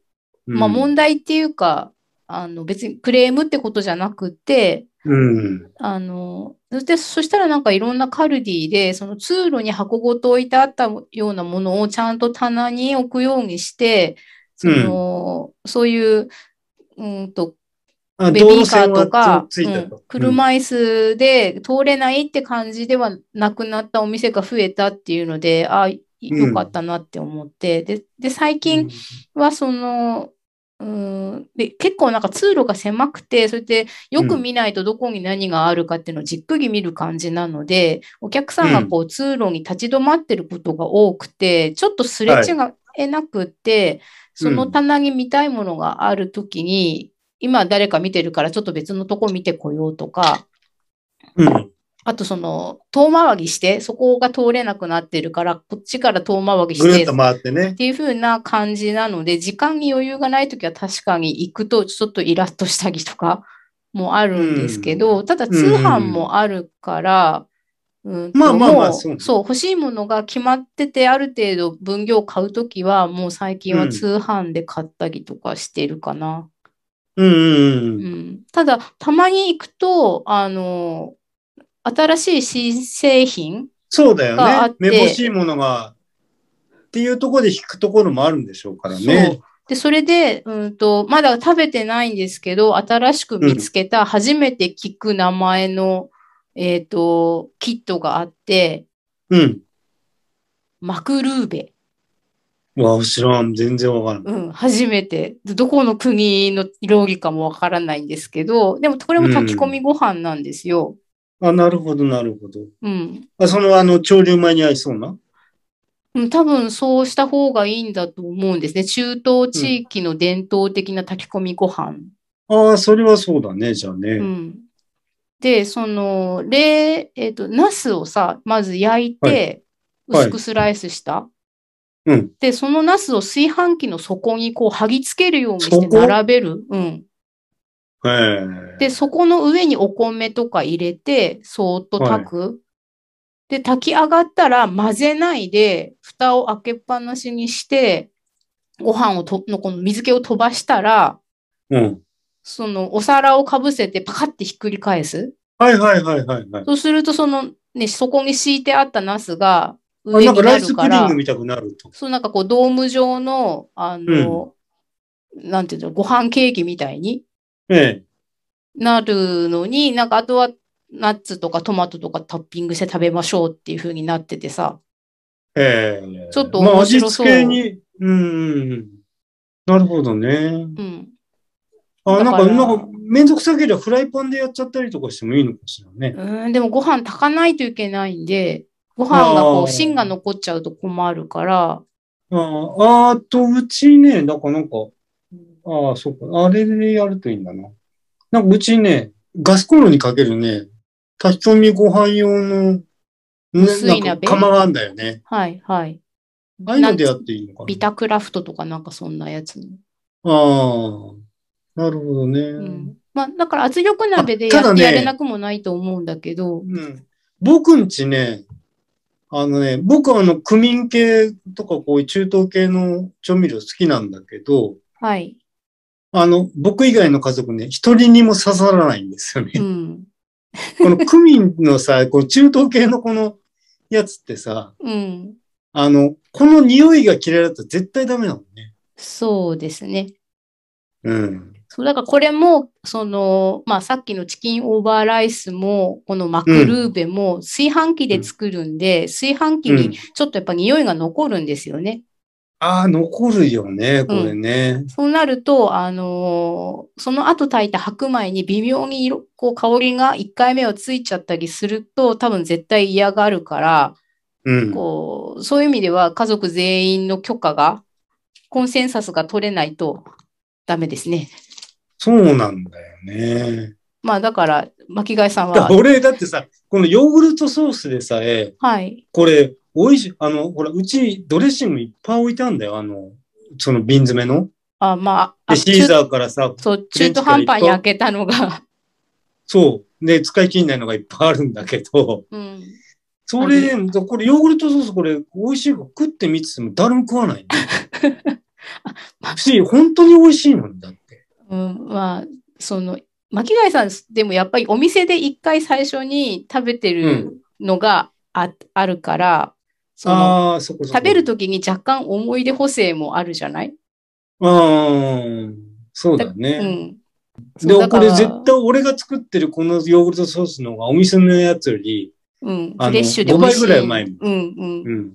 うん
まあ問題っていうか、あの別にクレームってことじゃなくて、
うん。
あの、そして、そしたらなんかいろんなカルディで、その通路に箱ごと置いてあったようなものをちゃんと棚に置くようにして、その、そういう、うんと、
あ
ベビーカーとか、
道路線は
うん
つついたと。
車椅子で通れないって感じではなくなったお店が増えたっていうので、ああ、よかったなって思って、で、で、最近、はその、うーんで結構なんか通路が狭くて、それでよく見ないとどこに何があるかっていうのをじっくり見る感じなので、お客さんがこう通路に立ち止まってることが多くて、ちょっとすれ違えなくて、その棚に見たいものがあるときに、今誰か見てるからちょっと別のとこ見てこようとか、
うん。うん
あとその遠回りして、そこが通れなくなってるから、こっちから遠回りし、
ぐるってと回って
っ
ね。
ていう風な感じなので、時間に余裕がないときは確かに行くとちょっとイラッとしたりとか もあるんですけど、ただ通販もあるから、うんと
まあまあまあ
もう
そうね
そう、欲しいものが決まってて、ある程度分量買うときは、もう最近は通販で買ったりとかしてるかな。
うんうん
う
うん。
ん、ただ、たまに行くと、あの、新しい新製品
そうだ
があ
よ
っ
ね
て。
めぼしいものが、っていうところで引くところもあるんでしょうからね。
で、それで、うんと、まだ食べてないんですけど、新しく見つけた、初めて聞く名前の、えっ、と、キットがあって、
うん。
マクルーベ。
わあ、知らん。全然わからん。
うん、初めて。どこの国の料理かもわからないんですけど、でもこれも炊き込みご飯なんですよ。
あ、なるほど、なるほど。
うん。
あその、あの、潮流前に合いそうな。
うん、多分そうした方がいいんだと思うんですね。中東地域の伝統的な炊き込みご飯。
ああ、それはそうだね、じゃあ
う
ね。
ん。で、その、れ、えっと、ナスをさ、まず焼いて、
はい
薄くスライスした。
うん
で、そのナスを炊飯器の底にこう、剥ぎつけるようにし
そ
て
こ
並べる。うん。
へえ。
で、そこの上にお米とか入れて、そーっと炊く。で、炊き上がったら混ぜないで、蓋を開けっぱなしにして、ご飯をと、のこの水気を飛ばしたら、
うん。
そのお皿をかぶせてパカってひっくり返す。
はいはいはいはいはい。
そうすると、そのね、そこに敷いてあったナスが
あ
上
なん
に
かラ
な
イス
る
プ
か
ディン
ら
グ、みたくなると。
そうなんかこうドーム状の、あの、なんていうの、ご飯ケーキみたいに
ええ。
なるのに、なんかあとはナッツとかトマトとかタッピングして食べましょうっていう風になっててさ。
ええ。
ちょっと
まあ、
面
味
白そう
付けに、うんうんうん。なるほどね。
うん。
あ、
だ
なん
から
か、なんか、めんどくさければフライパンでやっちゃったりとかしてもいいのかしらね。
うん、でもご飯炊かないといけないんで、ご飯がこ
あ
う
ー
芯が残っちゃうと困るから、
ああ、あと、うちね、だからなんか、ああ、そうか、あれでやるといいんだな。なんか、うちね、ガスコンロにかけるね、炊き込みご飯用の、ね、
薄い鍋
なんか釜があんだよね。
はいはい。
ああいうのでや
なん
っていいのかな。
ビタクラフトとかなんかそんなやつ。
ああ、なるほどね。
う
うんん。。
まあ、だから圧力鍋で
あた
や
だ
って
ね
やれなくもないと思うんだけど、
僕んちね、あのね、僕はあの、クミン系とかこういう中東系の調味料好きなんだけど、
はい。
あの、僕以外の家族ね、一人にも刺さらないんですよね
う。ん。
このクミンのさ、この中東系のこのやつってさ、
うん。
あの、この匂いが嫌いだったら絶対ダメなのね。
そうですね。
うん。
そう、だからこれも、その、まあさっきのチキンオーバーライスも、このマクルーベも炊飯器で作るんで、炊飯器
うん
にちょっとやっぱ匂いが残るんですよね。
ああ、残るよね、これね。
そうなると、あのーその後炊いた白米に微妙に色、こう香りが1回目はついちゃったりすると、多分絶対嫌がるから、
うん。
こう、そういう意味では家族全員の許可が、コンセンサスが取れないとダメですね。
そうなんだよね。
まあだから、巻貝さん
だ
は、
俺、だってさ、このヨーグルトソースでさえ、
はい。
これ、美味しい、あの、ほら、うちドレッシングいっぱい置いてあんだよ、あの、その瓶詰めの。
あ、まあ、あ
で、シーザーからさ、
中そう、
レン
中
チ
途
から
半端に開けたのが、
そう。で、使い切んないのがいっぱいあるんだけ ど、
うん。
それで、これヨーグルトソースこれ美味しいから食ってみてても誰も食わないんだよ。 し、本当に美味しいのにだって。
うん、まあ、その、巻貝さん、でもやっぱりお店で一回最初に食べてるのがあ,、あるから、その、
ああー、そこそこ。
食べるときに若干思い出補正もあるじゃない
ああ、そうだ
う
ね。
ん。
で
そうだ、
こ
から
れ絶対俺が作ってるこのヨーグルトソースの方がお店のやつより、
うん、
あの
フレッシュで美味しい。
5倍ぐらいうまいも
うん、うん。
うん。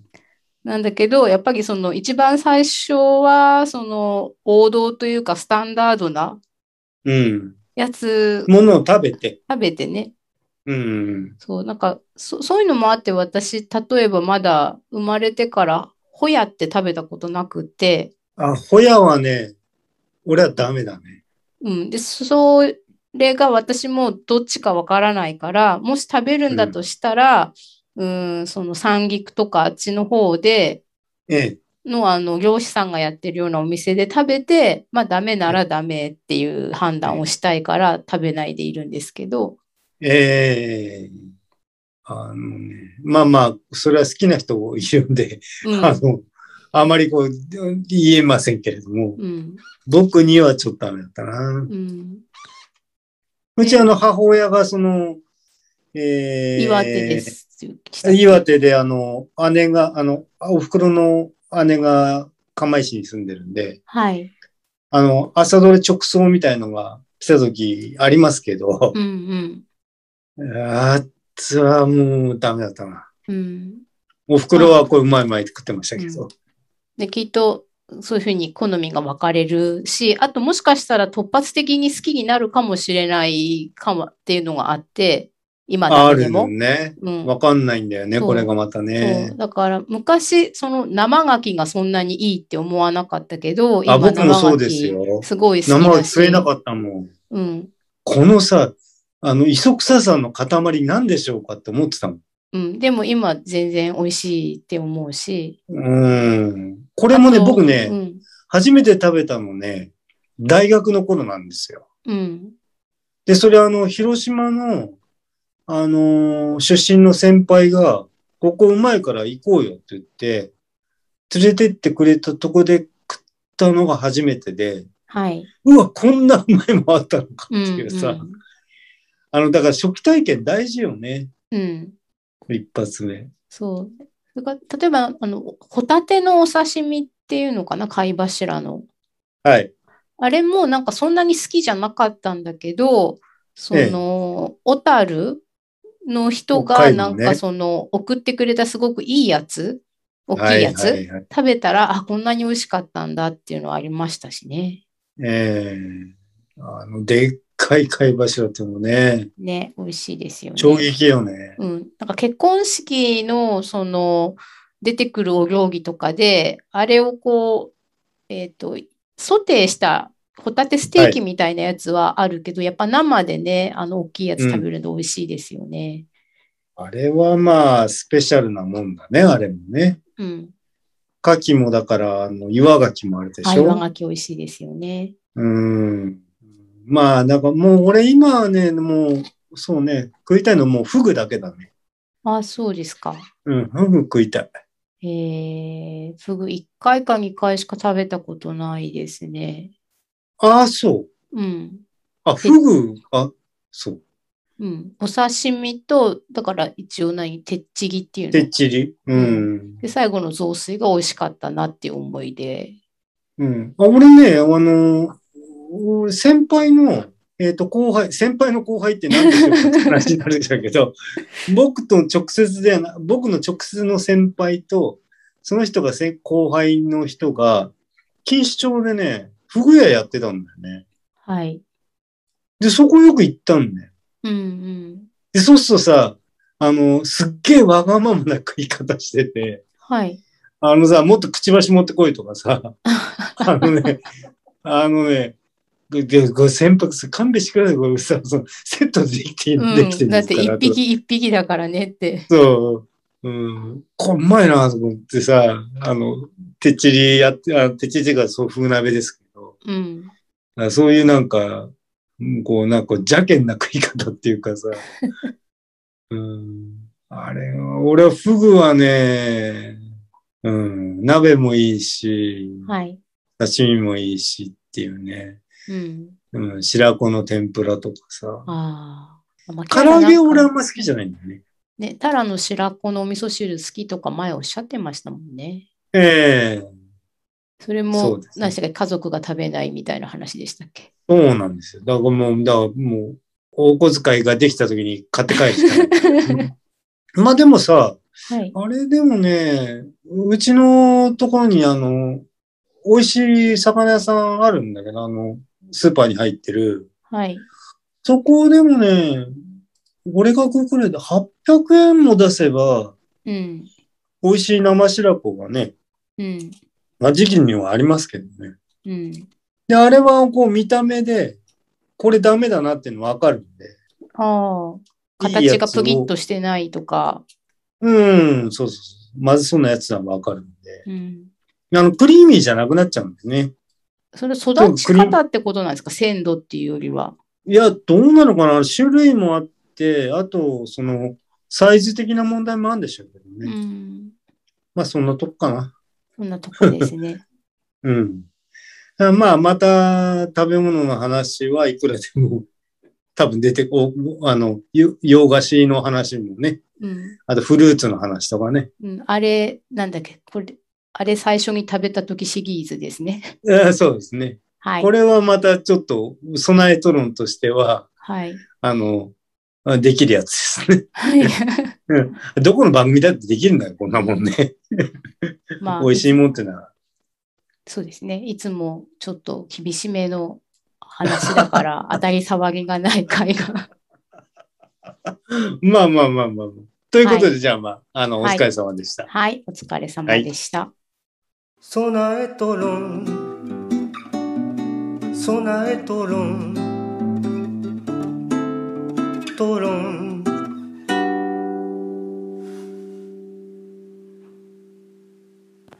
なんだけど、やっぱりその一番最初は、その王道というかスタンダードな
うん。
やつ
ものを食べて。
食べてね、
うん。
そう、なんか、そ、そういうのもあって、私、例えばまだ生まれてから、ホヤって食べたことなくて、
あ、ホヤはね、俺はダメだね。
うん。で、それが私もどっちかわからないから、もし食べるんだとしたら、うん、その三陸とかあっちの方で
ええ。
の、あの、漁師さんがやってるようなお店で食べて、まあ、ダメならダメっていう判断をしたいから食べないでいるんですけど、
ええあのね、まあまあ、それは好きな人もいるんで、
うん。
あの、あまりこう、言えませんけれども、
うん。
僕にはちょっとダメだったな。
うん。
うちあの、母親がその、えー、
岩手で。す。
岩手であの、姉が、あの、お袋の姉が釜石に住んでるんで、
はい。
あの、朝どれ直送みたいのが来た時ありますけど
う、ん
あっつはもうダメだったな。
うん。うん。
お袋はこれうまいうまいって食ってましたけど。
で、きっと、そういうふうに好みが分かれるし、あともしかしたら突発的に好きになるかもしれないかもっていうのがあって、今
あ
だけで
るの
も。
ね。
うん
わかんないんだよね、
そう
これがまた
そ
ね
う。だから昔、その生牡蠣がそんなにいいって思わなかったけど、
あ、
今
僕もそう
生
です
牡蠣
よ。
すごい好きだし
生は吸えなかったもん。
うん。
このさ、あの、磯臭さの塊なんでしょうかって思ってたもん。
うん。でも今全然美味しいって思うし。
うん。こ
こ
れもね、僕ね、
うん。
初めて食べたのね、大学の頃なんですよ。
うん。
で、それあの、広島の、あのー出身の先輩が、ここうまいから行こうよって言って、連れてってくれたとこで食ったのが初めてで、
はい。
うわ、こんなうまいもんあったのかって
うん
いうさ、あの、だから初期体験大事よね。
うん。うん。
一発目。
そう。それから例えば、あの、ホタテのお刺身っていうのかな、貝柱の。
はい。
あれもなんかそんなに好きじゃなかったんだけど、その、小樽の人
北
が
海道
な
ね
んかその、送ってくれたすごくいいやつ、大きいやつ、
はいはいはい、
食べたら、あ、こんなに美味しかったんだっていうのはありましたしね。
ええあの、でっかい貝柱っていうのもね、
ね、美味しいですよね。
衝撃よね。
うん。なんか結婚式の、その、出てくるお料理とかで、あれをこう、えっと、ソテーしたホタテステーキみたいなやつはあるけど、やっぱ生でね、あの、大きいやつ食べるの美味しいですよね。
あれはまあ、スペシャルなもんだね、あれもね。
うん。
牡蠣もだから、あの、岩牡蠣もあるでし
相葉
ょ。
がき美味しいですよね。
うん。まあ、なんかもう俺今はね、もう、そうね、食いたいのもうフグだけだね。
あ、そうですか。
うん、フグ食いたい。
えー、フグ1回か2回しか食べたことないですね。
ああ、そう。
うん。
あ、フグ、あ、そう。
うん。お刺身と、だから一応何、てっちぎっていうの
てっちり。うん。
で、最後の雑炊が美味しかったなっていう思いで。
うん。あ俺ね、あの、俺先輩の、えっ、と、後輩、先輩の後輩って何でしょうかって話になるんだけど、 僕と直接ではな、僕の直接の先輩と、その人がせ後輩の人が、錦糸町でね、フグ屋やってたんだよね。
はい。
で、そこよく行ったんだよ。
うんうん。
で、そうするとさ、あの、すっげえわがままな食い方してて、
はい。
あのさ、もっとくちばし持ってこいとかさ、あのね、あのね、ででご船舶さ、勘弁してください、これさ、そのセットできて、
うん
できてるん
だ
で
っ
す
て
から。
一匹一匹だからねって。
そう、うん、こう、うまいなと思ってさ、あの、てっちりやって、あてっちりっていうか、そう、風鍋ですけど、
うん。
あそういうなんか、うんこう、なんか、邪険な食い方っていうかさ、うん、あれは、俺はフグはね、うん、鍋もいいし、
はい。
刺身もいいしっていうね。
うん。
うん、白子の天ぷらとかさ。
ああ。まあ、
唐揚げ
なんか
俺あんま好きじゃないんだよね。
ね、タラの白子のお味噌汁好きとか前おっしゃってましたもんね。
ええ
それ
そ
も
うで、すね
何でしたっけ、家族が食べないみたいな話でしたっけ。
そうなんですよ。だからもう、だからもう、お小遣いができた時に買って帰ってたうん。まあでもさ、
はい。
あれでもね、うちのところにあの、美味しい魚屋さんあるんだけど、あの、スーパーに入ってる。
はい。
そこでもね、俺が食うくらいで800円も出せば、
うん。
美味しい生白子がね、
うん。
まあ、時期にはありますけどね。
うん。
で、あれはこう見た目で、これダメだなっていうのわかるんで。
ああ。
いいや
形
つを
がプギッとしてないとか。
うん、そうそうそう。まずそうなやつはわかるんで。
うん。
あの、クリーミーじゃなくなっちゃうんでね。
それ育ち方ってことなんですか鮮度っていうよりは。
いや、どうなのかな種類もあって、あと、その、サイズ的な問題もあるんでしょうけど
う
ね。
ん。
まあ、そんなとこかな。
そんなとこです ね。
うん。あまあ、また食べ物の話はいくらでも 多分出てこ、あの、ゆ洋菓子の話もね、
うん。
あとフルーツの話とかね。
うん、あれ、なんだっけ、これ、あれ最初に食べた時シリーズですね。
えーそうですね。
はい
こ。れはまたちょっと備えと論としては、
はい。
あの、あできるやつですね。
はい。
どこの番組だってできるんだよ、こんなもんね。
まあ、
美味しいもんってのは。
そうですね。いつもちょっと厳しめの話 だから、当たり障りがない回が。
まあまあまあまあまあ。ということで、
は
じゃあまあ、あの、お疲れ様でした。
はい。お疲れ様でした。
備えとろん備えとろんとろん